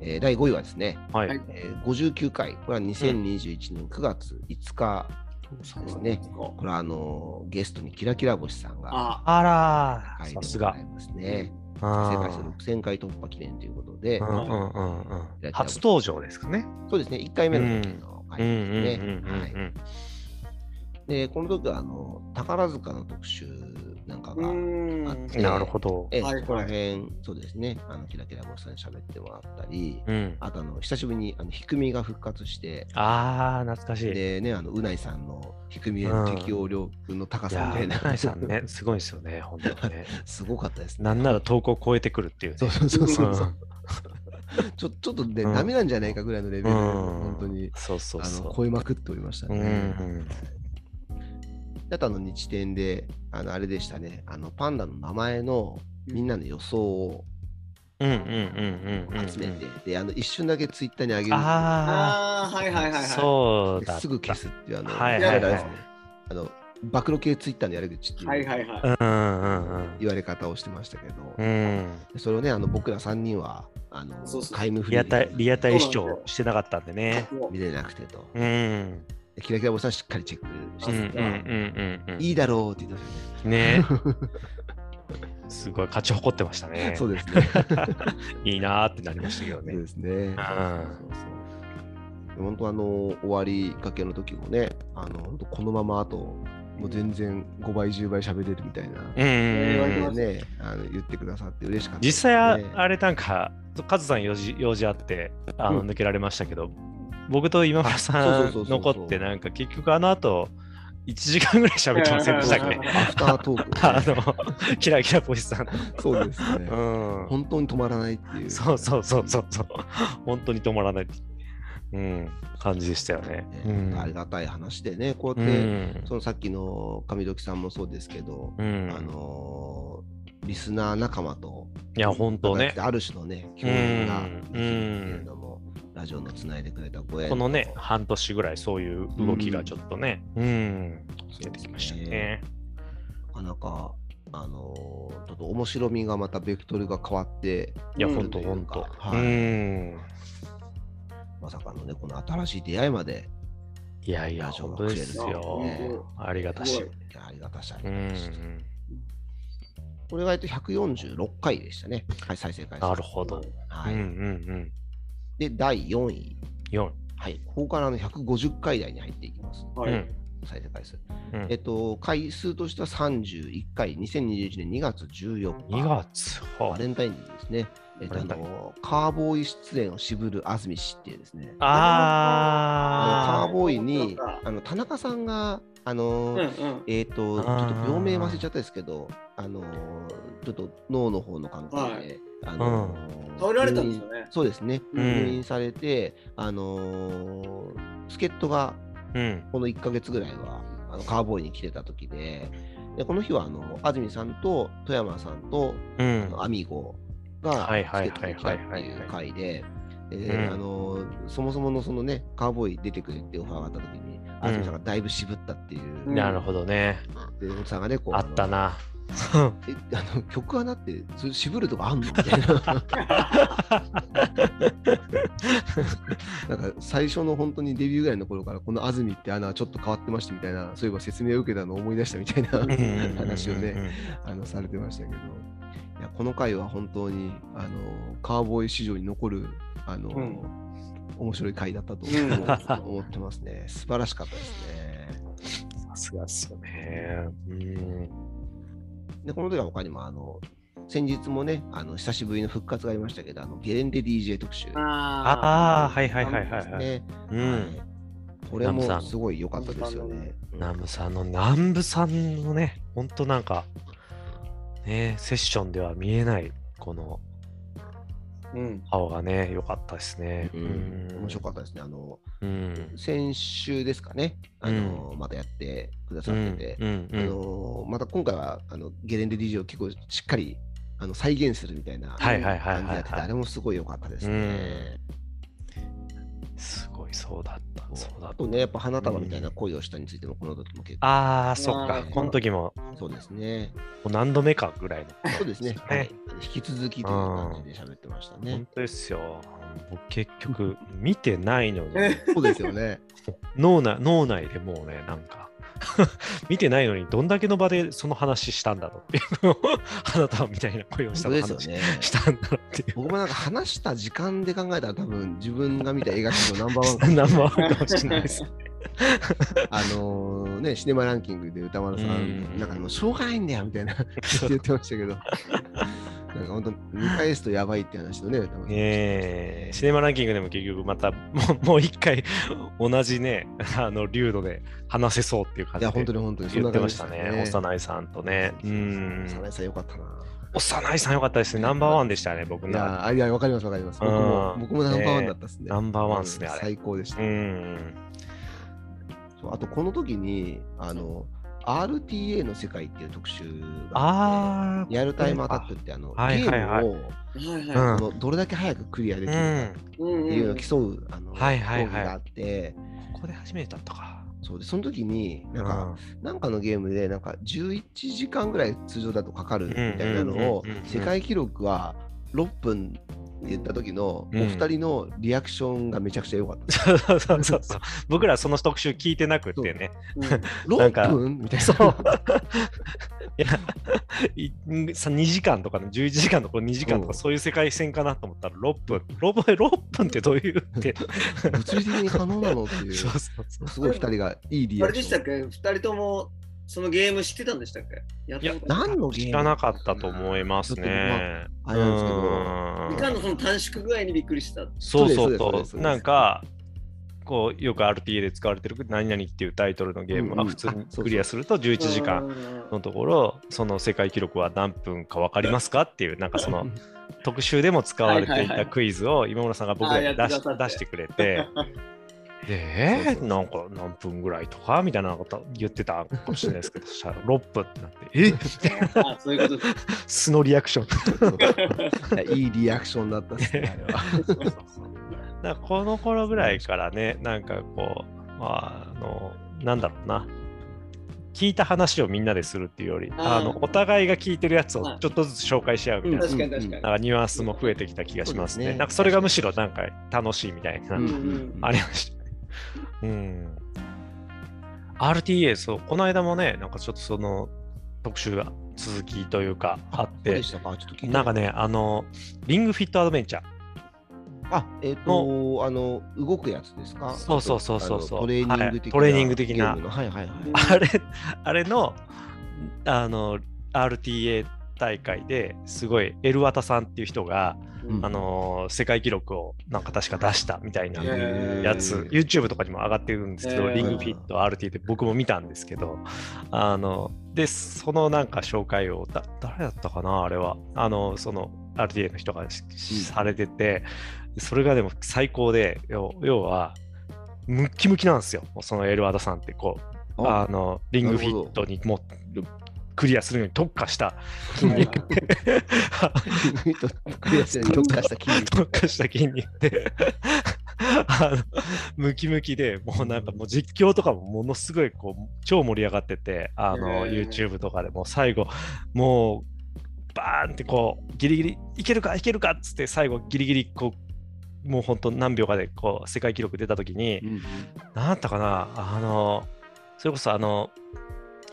えー第5位はですね、
はい。
はい
えー59回、これは2021年9月5日ですね。これはあのーゲストにキラキラ星さんが
あ
あら
回で
ー、さ
ご
す
ざ
が。
いますね。
う
世
ん
界数6000回突破記念ということで
う、んうんうんうん初登場ですかね。
そうですね、1回目の時の回
うんうん
です
う
ね
んう
はい。
ん
で、この時はあの宝塚の特集なんか
う
が、
ん。
うん。なるほど。
ええ
はい
そこら辺、そうですね、あのキラキラ星さんに喋ってもらったり、
うん。
あとあの久しぶりにあのひくみが復活して、
ああ、懐かしい。い
でね、あのうないさんの低めの適応力の高さ
や
みたいな、
ー、向井さんね、すごいですよね、本当にね。
すごかったですね。
なんなら投稿を超えてくるっていうね。
そうそうそうそううそう、
ん
ちょちょっとね、
うん
ダメなんじゃないかぐらいのレベルで、
うん
本当に
そうそう
あの
そ
超えまくっておりました
う。う
ね。
ん。
あとあの日展で、あのあれでしたね、あのパンダの名前のみんなの予想を
うんうんうんうんうん。
集めて、であの一瞬だけツイッターに上げる
あ
ああ、はいはいはいは
あ、
い。
そうだ
で
った。
すぐ消すっていう、あの、
はい
はいはい
あれですねあの暴露系ツイッターのやり口っていう、
はいはいは
う
い。
んうんうん
言われ方をしてましたけど。
うん。
それをね、あの僕ら3人は、あの
そうそう
皆無フリ
リアタイ
ーで
リアタイ視
そうなん
聴
で
してなかったんでね。
見れなくてと。
うん。
でキラキラ星さんはしっかりチェックし
うんうん
て
うん
て、
うんうん。
いいだろうって言ってまし
ね。すごい勝ち誇ってました
た
ね
ね。。そうですね。
いいなーってなりましたけど
そう
ね。
ですね。
あー
そうそうそうで本当あの終わりかけの時もね、あの本当このままあと、もう全然5倍、10倍喋れるみたいな、
うんうんうんうん。
ね、あの言ってくださって嬉しかったで
実
す
際
ね、
ああれなんかカズさん用事用事あってあの
うん
抜けられましたけど、僕と今村さ
そうそ
ん
うそうそ
残
う
ってなんか結局あの後1時間ぐらい喋ってませんでしたっけ
そうそうアフタートーク、
あのキラキラポジさんと。
そうですね。
うん。
本当に止まらないっていう。
そうそうそうそうそう。本当に止まらない。うん、感じでしたよね。
ね
うん
ありがたい話でね、こう
う
やって、
ん
そのさっきの上時さんもそうですけど、
うん
あのーリスナー仲間と、
いや、本当ね
形で、ある種のね、共有が
う
で
ん
きるっていうのも、ラジオのつないでくれたご縁
このね、半年ぐらいそういう動きがちょっとね、うん、
そうですね
出てきましたね。
なかなか、あのーちょっと面白みがまたベクトルが変わって、
いや、
うん
本当本当
は
う
い
ん。
まさかのね、この新しい出会いまで、
いやいや、
ラジオ
本
が来
当で
てる
す
いや
よ
本。
ありがた
す
し
ごい。
いやありがたしあり
う
がたし、
ん。
これがえっと146回でしたね、はい、再生回数。
なるほど。う
は
ん
い
うんうん。
で、第4位、
四。
はい、ここからの150回台に入っていきます、
は
う
い。
ん
再生回数。
うん
えっと、回数としては31回、2021年2月14日。
二月。
バレンタインデーですね。えっと、あ
バレンタイン
の、カーボーイ出演を渋る安住氏っていうですね。あのカ
あ
ーボーイに
そうか、
あの、田中さんが、あの、
うんうん。
えっと、ちょっと
あー
病名忘れちゃったですけど、あの、ちょっと脳の方の関係で、あの、
倒れられたんです
入
よ
院
ね。
そうですね。
うん
入院されて、あの、助っ人が
あ。うん。
この1ヶ月ぐらいはあのカーボーイに来てた時ででこの日はあの安住さんと富山さんと、
う
あ
ん
の。アミゴが
はいはい
チケ
はい
ット
はい
を
は
買ったっ
い
ていう回で。で
うん
あのそもそものそのねカーボーイ出てくれってオファーがあった時に、安住さんがだいぶ渋ったっていう、
うん
なるほどね。
で奥さんがねこう
あった
あ
な。
のえあの曲はなってそれ渋るとかあんのみたい ななんか最初の本当にデビューぐらいの頃からこの安住ってあのはちょっと変わってましたみたいなそういえば説明を受けたのを思い出したみたいな
うんうんうんうん
話をね。あのされてましたけどいやこの回は本当にあのカーボーイ史上に残るあの、
うん
面白い回だったと
う ん
思思ってますね素晴らしかったですね
さすがっすよね。うん。
でこの時は他にもあの先日もねあの久しぶりの復活がありましたけどあのゲレンデ DJ 特集
あ
ああ、はいはいはいはいはい。
ね
うん。
はいこれもすごい良かったですよね。
南部さんの、南部さんのね、ほんとなんか、ね、セッションでは見えない、この
あ。うん。
顔がね、良かったですね。
うん面白
か
かったですね。あの
った。うん。
先週ですかね、あのまたやってくださってて、
うん
あ
うんうん
のまた今回はあのゲレンデ DJ を結構しっかりあの再現するみたいな
は
感
い
じ
はいはいはいはい
やってて、あれもすごい良かったですね。
すごい、そうだった。そうだ
あ
っ
と
た。
ね、やっぱ花束みたいな恋をしたについても、この時も結構、
ああ、そっ
あ
か。
ー
この時も、
そうですね。
もう何度目かぐらいの。
そうですね。はい、引き続きという感じで喋ってましたね
本。当ですよ。僕結局見てないのに、
そうですよ ね。
脳内脳内でもうね、なんか 見てないのにどんだけの場でその話したんだろうっていうのを 花束みたいな声を
本
した
当
の
で
話
すよね。
したんだろうっていう。
僕もなんか話した時間で考えたら多分自分が見た映画史のナンバーワンかもしれない
ナンバーワンかもしれな いです。
あのーね、シネマランキングで歌丸さ
うん
ん、なんかもうしょうがないんだよみたいな 言ってましたけど、なんか本当、見返すとやばいって話のね、歌丸さん。
ねえシネマランキングでも結局またもうもう一回同じね、あの、流度で話せそうっていう感
い
じ
や、本当
で
に本当に、そん
言
な
って
感
ま
じ
し
で
た
た
ね。幼いさんとね。う
うん。
ん。
さないさん、よかったな。
幼いさん良かったですね。ナンバーワンでしたね、僕
い
の。
やー、いや、わかります、わかります。僕
う
も
ん、
僕もナンバーワンだったですね。
ナンバーワンっすね、あれ。
最高でした
う。ん。
そうあと、この時に、あの、RTA の世界っていう特集があって、
あ
リアルタイムアタックって、あの、ゲ
はいはい
ー
はい
ムを、
はい
あ、う
は
あ
ん。
のどれだけ早くクリアで
う
きるか
ん。
い。うん
っ
う
ていうのを
ん。
競うあの、
はいはいはい
競技があって
ここで初めてだったか。
そうでその時になんか、なんかのゲームでなんか11時間ぐらい通常だとかかるみたいなのを
うんうんうんうんうん
世界記録は6分って言った時のお
うん
二人のリアクションがめちゃくちゃ良かったです。
そうそうそうそうそう。 僕らその特集聞いてなくってね。 なんか
6分みたいな。
そう。いや、いさ2時間とかの、11時間とか2時間と
うん
か、そういう世界線かなと思ったら6分。6分 ,6 分ってどういうって。
物理的に可能なのっていう。
そう
す
そうそ
ご
う。
い二人がいいリ
あ
ア
れ
ク
でし
シ
た
ョ
っ
ン。
け二人ともそのゲーム知ってたんでしたっけやったこと
何のゲーム
聞かなかったと思いますね。
あれなんですけど
いかんのその短縮具合にびっくりした。
そうそ
そうで
うそ
すそうですそうです
う。なんか、こう、よく RTA で使われてる、何々っていうタイトルのゲーム
う
は
んうん
普通に
あそう
クリアすると11時間
うんうんうん。
のところ、その世界記録は何分か分かりますかっていう、なんかその、特集でも使われ
は
て
い
い
はいは
た
い
クイズを今村さんが僕らに
あーや
出
って
し
くださって
出してくれて、で、えーなんか何分ぐらいとかみたいなこと言ってたかもしれないですけど、 そしたら6分ってなって、え
あそういうことです。
素のリアクション
いいリアクションだったっすね、あ れは。
なんかこの頃ぐらいからね、なんかこう、まあ、あの、なんだろうな、聞いた話をみんなでするっていうより、
あー
あのお互いが聞いてるやつをちょっとずつ紹介し合うみたいな、
確かに確かに。
なんかニュアンスも増えてきた気がしますね。
そうですね
なんかそれがむしろなんか楽しいみたいな、
うん
ありましたね。うん。RTA、そう、この間もね、なんかちょっとその特集が続きというか、あっ
どう
て
で、したかちょっと聞いて
なんかね、あの、リングフィットアドベンチャー。
あ、えっ、と、あの、動くやつですか
そうそうそうそうそう
あのトレーニング的な、
はいトレーニング的な
ゲームのはいはいはい。
あれ、あれの、あの、RTA 大会ですごい、エルワタさんっていう人が、
うん
あのー世界記録をなんか確か出したみたいな
へー
やつ、YouTube とかにも上がってるんですけど、
へー
リングフィット RT で僕も見たんですけど、あの、で、そのなんか紹介を、だ誰だったかな、あれは、あの、その RTA の人がししされてて、それがでも最高で、要要は、ムッキムキなんですよ、そのエルワダさんって、こう、あの、リングフィットにもうクリアするのに特化 した筋肉で
君とクリアするに特化した筋肉。
特化した筋肉であのムキムキでもうなんかもう実況とかもものすごいこう超盛り上がっててあの
へー
YouTube とかでもう最後もうバーンってこうギリギリいけるかいけるかっつって最後ギリギリこうもうほんと何秒かでこう世界記録出た時に
うん
何だったかなあのそれこそあの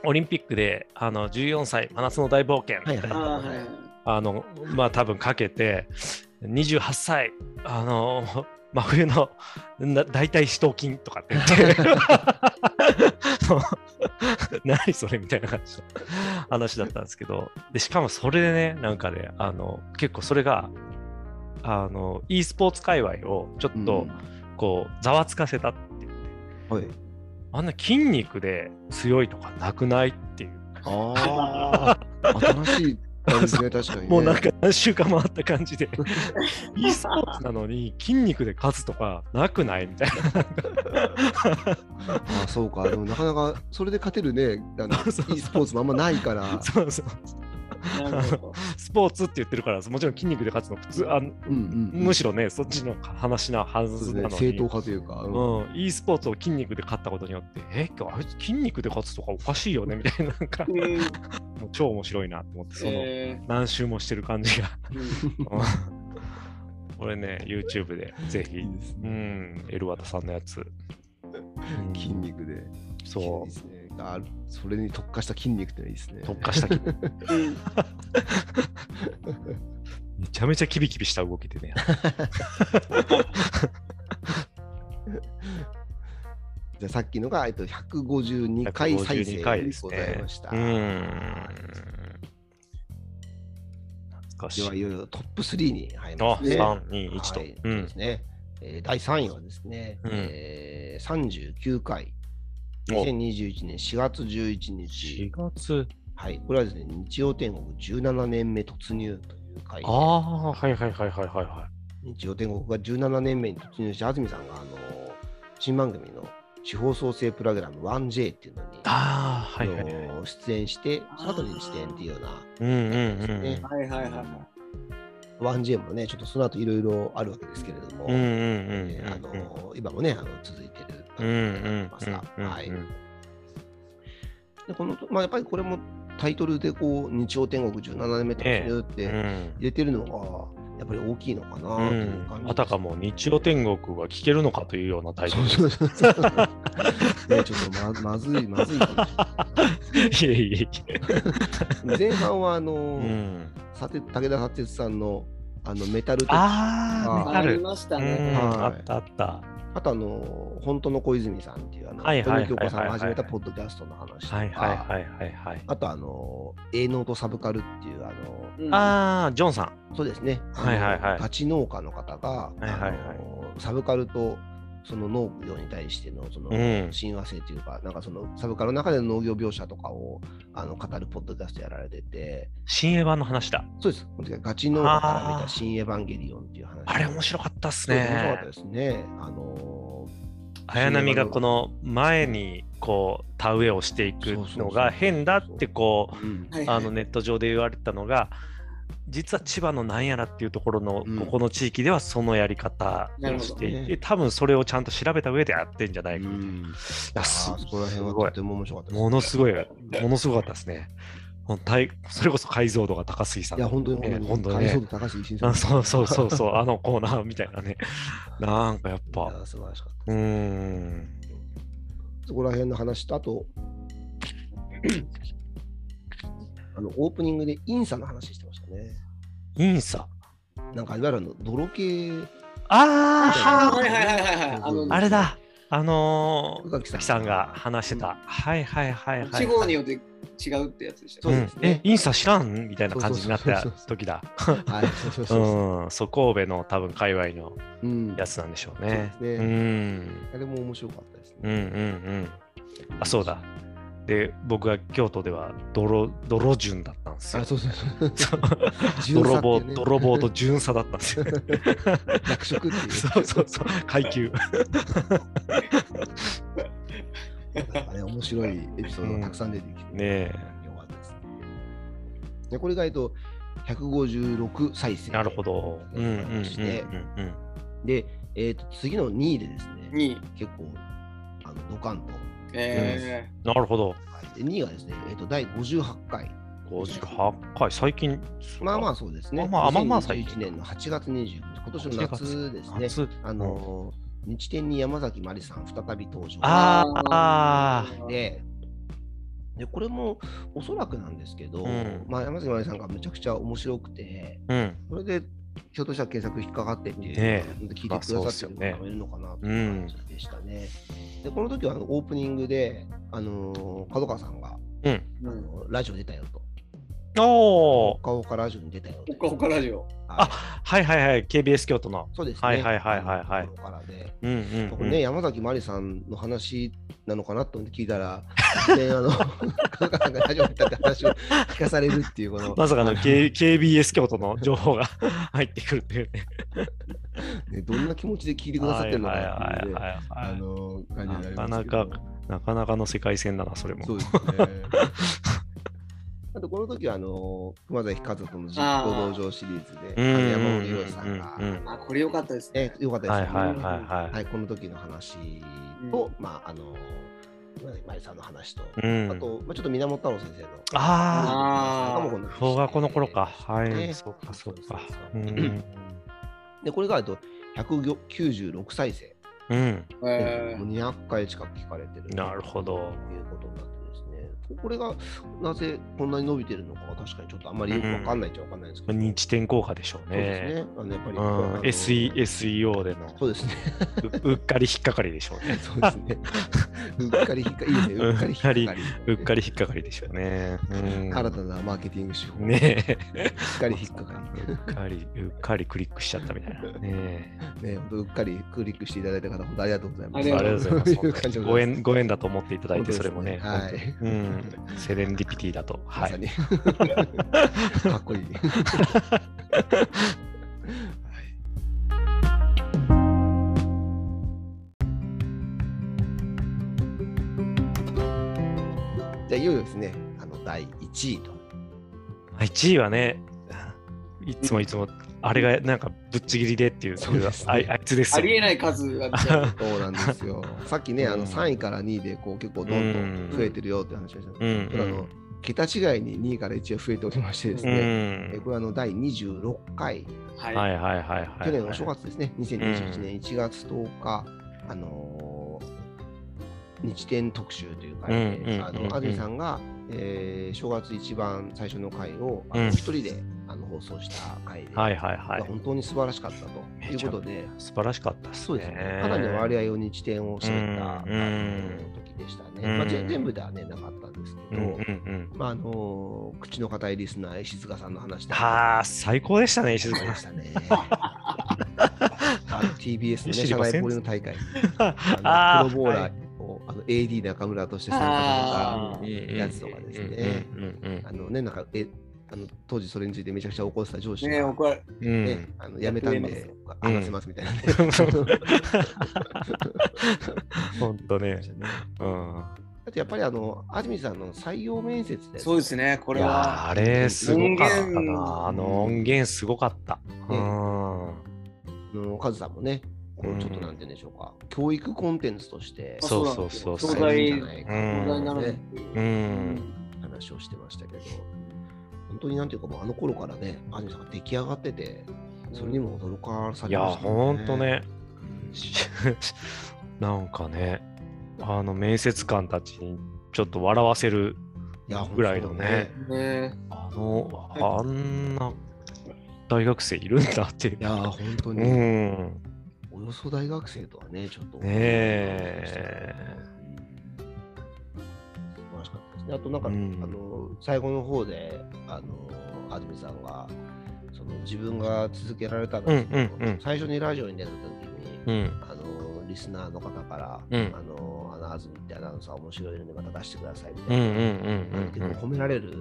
オリンピックであの14歳真夏の大冒険
はいはい
あはいはい。
あのまあ多分かけて28歳あの 真冬のな大体死闘金とかって言って そう何それみたいな感じの 話だったんですけどでしかもそれでねなんかねあの結構それがあの e スポーツ界隈をちょっとこうざわつかせたっていう
はい。
あんな筋肉で強いとかなくないっていう
ああ、新しい感じね、確かに、ね。
もうなんか何週間もあった 感じで e スポーツなのに筋肉で勝つとかなくないみたい
あそうか、でもなかなかそれで勝てるね、あの
そうそうそう
e スポーツもあんまないから
な、そうそう
なるほど
スポーツって言ってるからもちろん筋肉で勝つの普通あ
うんうんうん
むしろねそっちの話なは
そう
ず
で
な
すね
の
正当
に。
化というか、うん
うん、e スポーツを筋肉で勝ったことによって、え、今日あいつ筋肉で勝つとかおかしいよねみたいな、なんか、
う
も
ん
う超面白いなと思って、その、
え
何周もしてる感じ が。
ーうん
これね、YouTube で、ぜひ、
いいです
う
ね、
ん、エルワタさんのやつ。うん
筋肉で。
そ
い
う
いですねあそれに特化した筋肉ってのはいいですね。
特化した筋肉
うん
めちゃめちゃキビキビした動きでね。
じゃあさっきのが、えっと、152回再生
152回で
ですご
ね
ざいました。
うーん。懐かし
では、い
い。
よいよトップ3に入り
あ、
ますね。
3、2、1と。
はい、そ
う
うで
ん
す。ね。えー第3位はですね、
うん
えー、39回、
お
2021年4月11日
4、月。
はい、これはですね、日曜天国17年目突入という回で
あ、あ、はいはいはいはいはいは
日曜天国が17年目に突入して、安住さんが、あのー新番組の地方創生プログラム 1J っていうのに、
い。ああ、はいはいはい。
あのー出演して、その後に出演っていうような、
うんうんうん
はいはいはい。
1J もね、ちょっとその後いろいろあるわけですけれども、
うん。うんうんうん
えーあ
うんうん。
のー今もね、あの続いてる番
うん
組でご
う
ざい
ん
ますが、
うん
はい。
うん
でこのとまあ、やっぱりこれもタイトルでこう日曜天国17年目突入って
う
入
ん
れてるのがやっぱり大きいのかなという感じです、
あたかも日曜天国が聞けるのかというようなタイトル
そうそうそうそうねちょっとままずいまずいかもし
いえいえい
れない前半はあの、
え。うん、
さて武田砂鉄さんのあのメタルとあ
ああ、メタ
あり
ル。
ました
うん
ね。
はい
あったあった。
とあの本当の小泉さんっていうあの
はいはいはいはい
京子さんが始めたポッドキャストの話とか、
はいはいはいはいはい。
あとあの営農とサブカルっていうあの
うん
ああ、ジョンさん。
そうですね。
はいはいはい
あのガチ農家の方が、
いはいはい
あのサブカルとその農業に対してのその
うん
親和性というか、なんかそのサブカルの中での農業描写とかをあの語るポッドキャストやられてて、
新エヴァの話だ。
そうです、本当にガチ農家から見
あー
た新エヴァンゲリオンっていう話。
あれ面白かったっす
そう面白かった
ね
で。すね。あの
綾波がこの前にこう田植えをしていく
そうそう
の
そうそう
が変だってこ
ーうん
はいは
うあ
い
のネット上で言われてたのが実は千葉のなんやらっていうところの
うん
ここの地域ではそのやり方
なる
を
ほど
していて
ね
多分それをちゃんと調べた上でやってんじゃな
う
いかみたい
ん、
な。
あー
す
そこら辺
すご
はいとても面白かったです
ものすごい、ものすごかったですね。ほんたいそれこそ解像度が高杉さん。
いや、本当に
ね
本当に、
ね
解像度高い新
あ
鮮
そうそうそうそう、あのコーナーみたいなね。なんかやっぱ、
素晴らしかった。
うーん。
そこら辺の話と、あと、 あのオープニングでインサの話してましたね。
インサ。
なんかいわゆるあの泥系、
あー
あ
はいはいはいはいはい。あの
あ、あれだ。あのー、
宇垣
さんが話してた。はいはいはいはい。
地方によって違うってやつでした
そ
うん
う
ね。
です
え
ね、
インサ知らんみたいな感じになっ
そう
た
そうそうそう
時だ。
はい、そうそうそう
う
そ
ん、そう神戸の多分界隈の
う。うん、い
やつなんでしょうね。
そうですね
うん
やでも面白かったです
うんう
ね。
んうん。あそうだ。で僕が京都では泥泥順だったんですよ
あ、。そうそうそう。
そう
巡査
泥
っ
棒
てね
泥 棒と巡査だったんですよね。
役職っていう。
そうそうそう階級。
なん かね、面白いエピソードがたくさん出てきて、
ね
よかったですね。でこれが、えっと、156再生。
えなるほど。うんうんうんうんうん。
で、えっと、次の2位でですね、
に、
結構、あのドカンと。
え
なるほど。
はいで2位がですね、えっと、第58回。
58回最近。
まあまあそうですね。
まあまあまあ最近
2021年の8月29日、今年の夏ですね。
夏。
あのー、日天に山崎まりさん再び登場。
ああ
ー
で、でこれもおそらくなんですけど、
うん
まあ、山崎まりさんがめちゃくちゃ面白くて、
うん
それでひょっとしたら検索引っかかってっていう、
ね
聞いてくださってる方もいるのかなという感じでしたね。で、この時はあのオープニングで、あのー角川さんが、
うん。
あ
ー。
のラジオ出たよと、
おー
岡岡ラジオに出たよと
ほかほかラジオ。
はい
あはいはいはい KBS 京都の。
そうですね。
はいはいはいはいはい
ところからで
うんうん
僕
うん。
ね、山崎まりさんの話なのかなと思って聞いた ら、突然あの、角川さんがラジオにったって話を聞かされるっていう、この、
まさかの K- KBS 京都の情報が 入ってくるっていうね。
ね、どんな気持ちで聞いてくださってるのかなっていうね、あ
い。
の、感じになりますけ
な
ど。
かなかなかの世界線だな、それも。
そう ですね。あと、この時は、あの、熊崎和人の実行道場シリーズで、あの山本博さんが、
うんうんうんうん
あ、これ良かったですね。
え、よかったです
は
ね。
いはいはいは。
はいい、この時の話
う
と、まあ、あの、まりまりさんの話と、
うん
あと、まあ、ちょっと源太郎先生の。
あ
あー
あ、小学校の頃か。は
ね
い、そうかそうか。う
うん
ん。
で、これが、えっと、196再生。
うん。
え
もう200回近く聞かれてる。
なるほど
ということになってですね。これが、なぜこんなに伸びてるのかは、確かにちょっとあんまりよくわかんないっちゃわかんないんですけど。
認知点効果でしょう
そうです
ね。
ね。あの、やっぱり
う、ん。
あの
SE、SEO での
そうです ね。
ううっかり引っかかりでしょ うね。
そうですね。うっかり引っかいいね。うっかり引っかかり。
うっかり引っかかりでしょうね。うん
新たなマーケティング手法。
ねえ。
うっかり引っかかり。
うっかり、うっかりクリックしちゃったみたいな。ね
ね、本当うっかりクリックしていただいた方、本当ありがとうございま
え
す。
あ
あ
り
り
が
が
と
と
う
う
ご
ご
ざ いま
ざいますす。
ご
ご
縁
縁、
ご
ご
縁
縁
だ
だ
と
と思っていただいて、それもね。
はい。
うん。セレンディピティだと。は
まさ
い。
に。 かっこいい。じゃあ、いよいよですね、あの第1位と。
1位はね、いつもいつも、あれがなんかぶっちぎりでっていう、
そうですね
あいあいつで
ー
す
あ
よ
りえない 数が出ちゃう
そうなんですよ。さっきね、あ
う
の
ん
3位から2位でこう結構どんどん増えてるよって話をしたんです
う
け
ん
ど、これあの桁違いに2位から1位は増えておりましてです
うん。う
ね、え
ん
これあの第26回、
は
はい
い。
はいはいはい。
去年の正月ですね、2021年1月10日、あのー日天特集というか、
うんうん
あ
うんうん
の安住さんが、えー正月一番最初の回をあの
うん
一人であの放送した回で、
はいはいは
が
い。
本当に素晴らしかったということで、
素晴らしかったですね。
そうですね、かなりの割合を日天を占めた、
うん
あの時でしたね、まあ。
う
全
ん
全部では、ね、なかったんですけ
うんう
ど、
んうん。
まああのー口の固いリスナー、石塚さんの話とか
はあ、最高でしたね、石
そう
塚さ
で
ん
し。たね。 あの TBS の、ね、
知
社
りま
内
せん
ボーリング大会、あ
あ
のプロボーラ
ー
ーを、あの AD 中村として参加
あー
とか、やつとかですね。
うんうん
あのね、なんか、えあの当時それについてめちゃくちゃ怒ってた上司
ねえ、
が、
怒られ
うんうん
ね、あの辞めたん
やって
で、
ます
話せますみたいなね。
本当ね。うん。
あとやっぱりあの、安住さんの採用面接で、
そうですね、こ
い
れ
や
は。
ーあれすごかった
音源
な。あの音源すごかった。う
ね
ん。
あのカズさんもね、こうちょっとなんて言うんでしょうか、教育コンテンツとして、
そうそうそう
使
そう。
えるんじゃないか
うん
問題になる
ね
っていう
う。
うんん
話をしてましたけど、本当になんていうか、もうあの頃からね、安住さんが出来上がってて、それにも驚かさ
い
れ
や、
ました
ほんと。ね。 しなんかね、あの面接官たちにちょっと笑わせる
いや、
ぐらいのね。
ね
あの、あんな大学生いるんだっていう
い。やー、本当
う
に、
ん。
およそ大学生とはね、ちょっと。
ねえ。
素晴らしかったですね。あと、なんか、
うん
あの、最後の方で、あの、安住さんが、その自分が続けられたんですけど、
うんうんうん
最初にラジオに出た時に、
うん。
あの、リスナーの方から、
うん
あの、あの、安住ってアナウンサー面白いので、また出してくださいみ
う
た
ん
い
う
な。
んうんう
なんていうんか褒められる、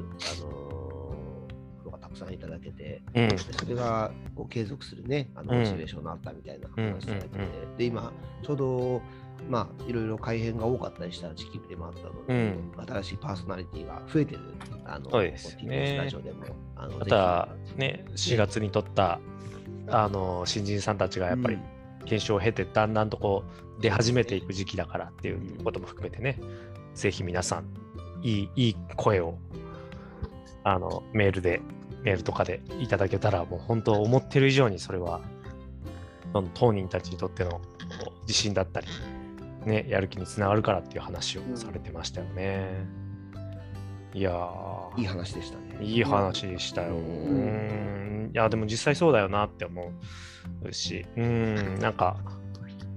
あのことがたくさんいただけて、
うん。うん
それがこう継続するね、あの
うん
モチベーションになったみたいな話されてて、
うんうん
で、今、ちょうど、まあ、いろいろ改変が多かったりした時期でもあったので、新しいパーソナリティが増えてる、あの、
そうですね
TBS ラジオでも、あの
またね、4月に取った、あの、新人さんたちがやっぱり、検証を経て、だんだんとこう、出始めていく時期だからっていうことも含めてね、ぜひ皆さん、いい、いい声を、あの、メールで、メールとかでいただけたら、もう本当思ってる以上にそれは、その当人たちにとってのこう自信だったり、ね、やる気につながるからっていう話をされてましたよね。いやー
いい話でしたね。
いい話でしたよ。う
うん
んいや、でも実際そうだよなって思うし、うん、なんか、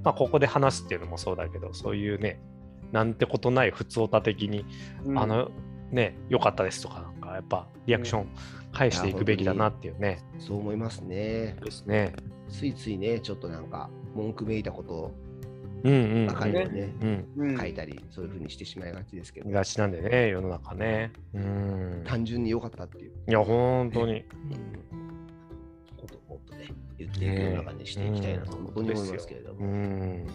まあ、ここで話すっていうのもそうだけど、そういうね、なんてことない普通オタ的に、
うん
あの、ね、良かったですとか、なんか、やっぱ、リアクション返していくべきだなっていうね。
そう思いますね。
ですね。
ついついね、ちょっとなんか、文句めいたこと
うんうん、
ばかりを
う
ね、
ん。
うん
書いたり、そういうふうにしてしまいがちですけど
うん。、がちなんでね、世の中ね。うん。
単純に良かったっていう。
いや、本当に。
ことをもっとね、言っていく世の中にしていきたいなと、本当に思いますけれど
う
も、
ん。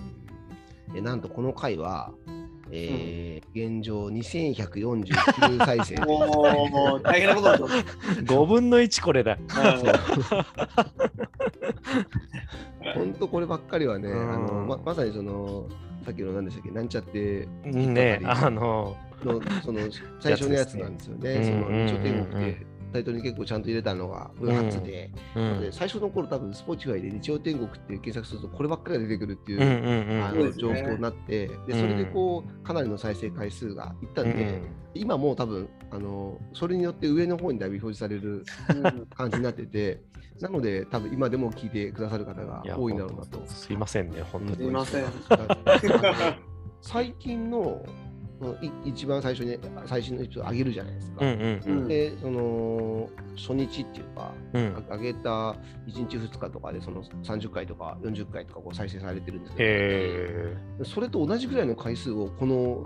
えなんとこの回は、えー現状2149再 生
おー、大変なことだと。
5分の1これだ。
本当こればっかりはね、
うん
あのままさにその、さっきの何でしたっけ、なんちゃって
ね、
ばか
あの、
りの、その最初のやつなんですよね、
やつです
そ
ね
の
うんうん
日
うんうん
曜天国って。タイトルに結構ちゃんと入れたのが、これ初で、
うん
で最初の頃多分、スポーティファイで日曜天国って検索すると、こればっかりが出てくるっていう、
うんうんうん
あ
そう
の
です
状
ね
況になって、で
うん
それでこうかなりの再生回数がいったんで、今もう多分あのそれによって上の方にだいぶ表示され る
うん
感じになってて、なので多分今でも聞いてくださる方が
いや
多いんだろうなと
本当。すいませんね、本当
すい
に。
ません
うあの 最近のそのい一番最初に最新のやつを上げるじゃないですか。
うんうん
でその初日っていうか、
うんう
あ
ん。
上げた1日2日とかでその30回とか40回とかこう再生されてるんですけど、
え
それと同じぐらいの回数をこ の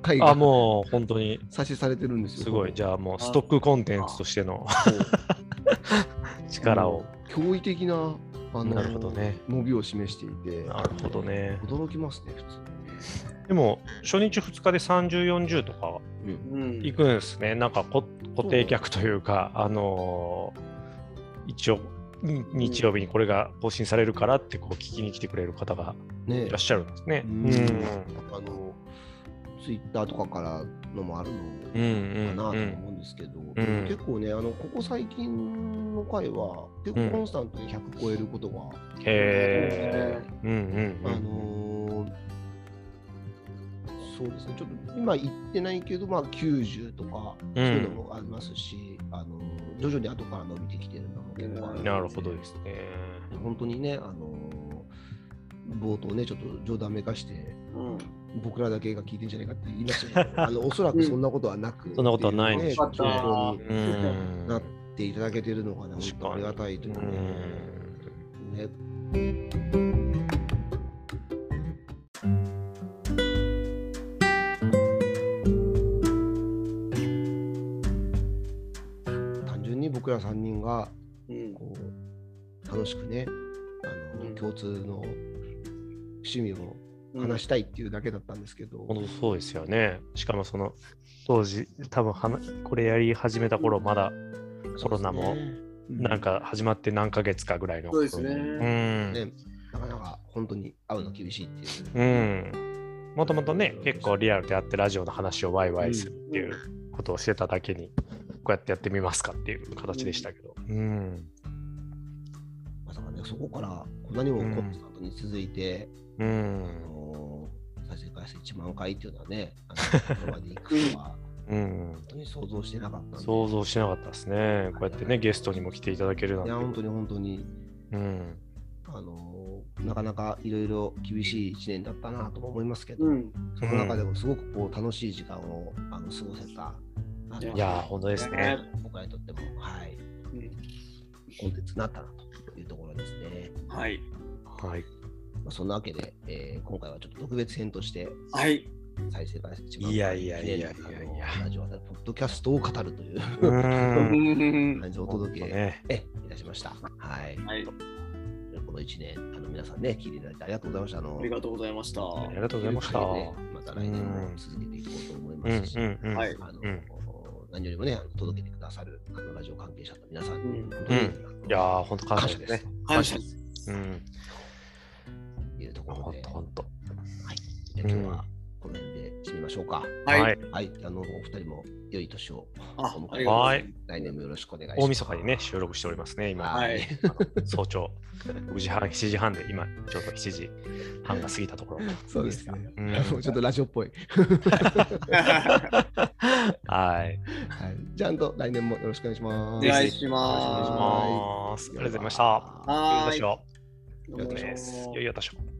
回
ー、あ、
が
もう本当に
再生されてるんですよ。
すごい。じゃあもうストックコンテンツとしての力を。
驚異的なあの
なるほどね
伸びを示していて、
なるほどね。
驚きますね、普
でも、初日2日で30、40とか
通。うん
うん
いくんですね。なんかこ固定客というか、あのー一応、に日曜日にこれが更新されるからってこう聞きに来てくれる方が
ね
いらっしゃるんですね。
う
うんん
あのツイッターとかからのもある
うん
のかなと
うんう
思
ん
うんですけど、
ん
結構ねあの、ここ最近の回は、結構コンスタントに100超えることが、
へえ。うんうんうん。
あのーそうですね、ちょっと今言ってないけど、まあ、90とか、
う
そ
ん
ういうのもありますし、あのー徐々に後から伸びてきてるのも結構あるので
なるほどですね。
本当にね、あのー冒頭ね、ちょっと冗談めかして、
うん
僕らだけが聞いてんじゃないかって言いました けど、あのおそらくそんなことはなく、
そんなことはない
で
ですし
ょう
本
ね
当に
う
なん っ。ていただけてるのがね、本当にありがたいといううかね
ん
ね、単純に僕ら3人が
うん。
こう楽しくねあの、
うん
共通の趣味を話したいっていうだけだったんですけど、
本当そうですよね。しかもその当時多分はなこれやり始めた頃まだコロナもなんか始まって何ヶ月かぐらいの
そうですね
うん、
ね、なかなか本当に会うの厳しいっていう。
うん。もともとね、結構リアルであってラジオの話をワイワイするっていうことをしてただけに、こうやってやってみますかっていう形でしたけど。うん。
まさかね、そこからこんなにもコンスタントに続いて、
う
あ
ん。
のー再生回数1万回っていうのはね、あのここまで行くのは
うん。
本当に想像してなかったんで。
想像してなかったですね。こうやってね、ゲストにも来ていただける
いや、
なん
本
て。
当に本当に、
うん。
あのーなかなかいろいろ厳しい1年だったなとも思いますけど、
うん。
その中でもすごくこう楽しい時間をあの過ごせた。あの
いやー、本当ですね。
僕らにとっても、はい、
うん
コンテンツになったなというところですね。
はい。
はい。
まあ、そんなわけで、えー今回はちょっと特別編として、
はい。
再生回数一番
いやいやいやいやいや
あのラジオでポッドキャストを語るという
うん。
うん
感じでお
お
届け、
ね。
えいたしました。はい。
はい。
この1年、あの皆さんね、聞いていただいてありがとうございました。あの
ありがとうございました。
ありがとうございました。
ねまた来年も続けていこうと思いますし、
うんうんうん
はい
あの
うん
何よりもね、あの届けてくださるあのラジオ関係者の皆さんに、
うん
本当に
いやー、本当感
感
謝
謝
で
ですす
ね。
感謝です。
と
うん。
いうところ
本
で、
当本当。
じゃあ今日はこの辺で締めましょうか。
は。
はいい。
はい、あのお二人も良い年をお
あ
迎
あ
え
り
くだ
がとうご
さ
ざ
い
いま
来年もよろしくお願いします。
大晦日にね、収録しておりますね、今。
はい。
はい
早朝6時半7時半で今ちょうど7時半が過ぎたところ、
そうですね。
うん
あのちょっとラジオっぽい。
す。
はい
はい、じゃあ、あと来年もよろしくお願いしま
お
す。
ぜひ
願
ぜ
い
ひ
し
お願いし
ま
ますありがとうございました
は
す。はーい。
よいしょ
い
ですよいよ年を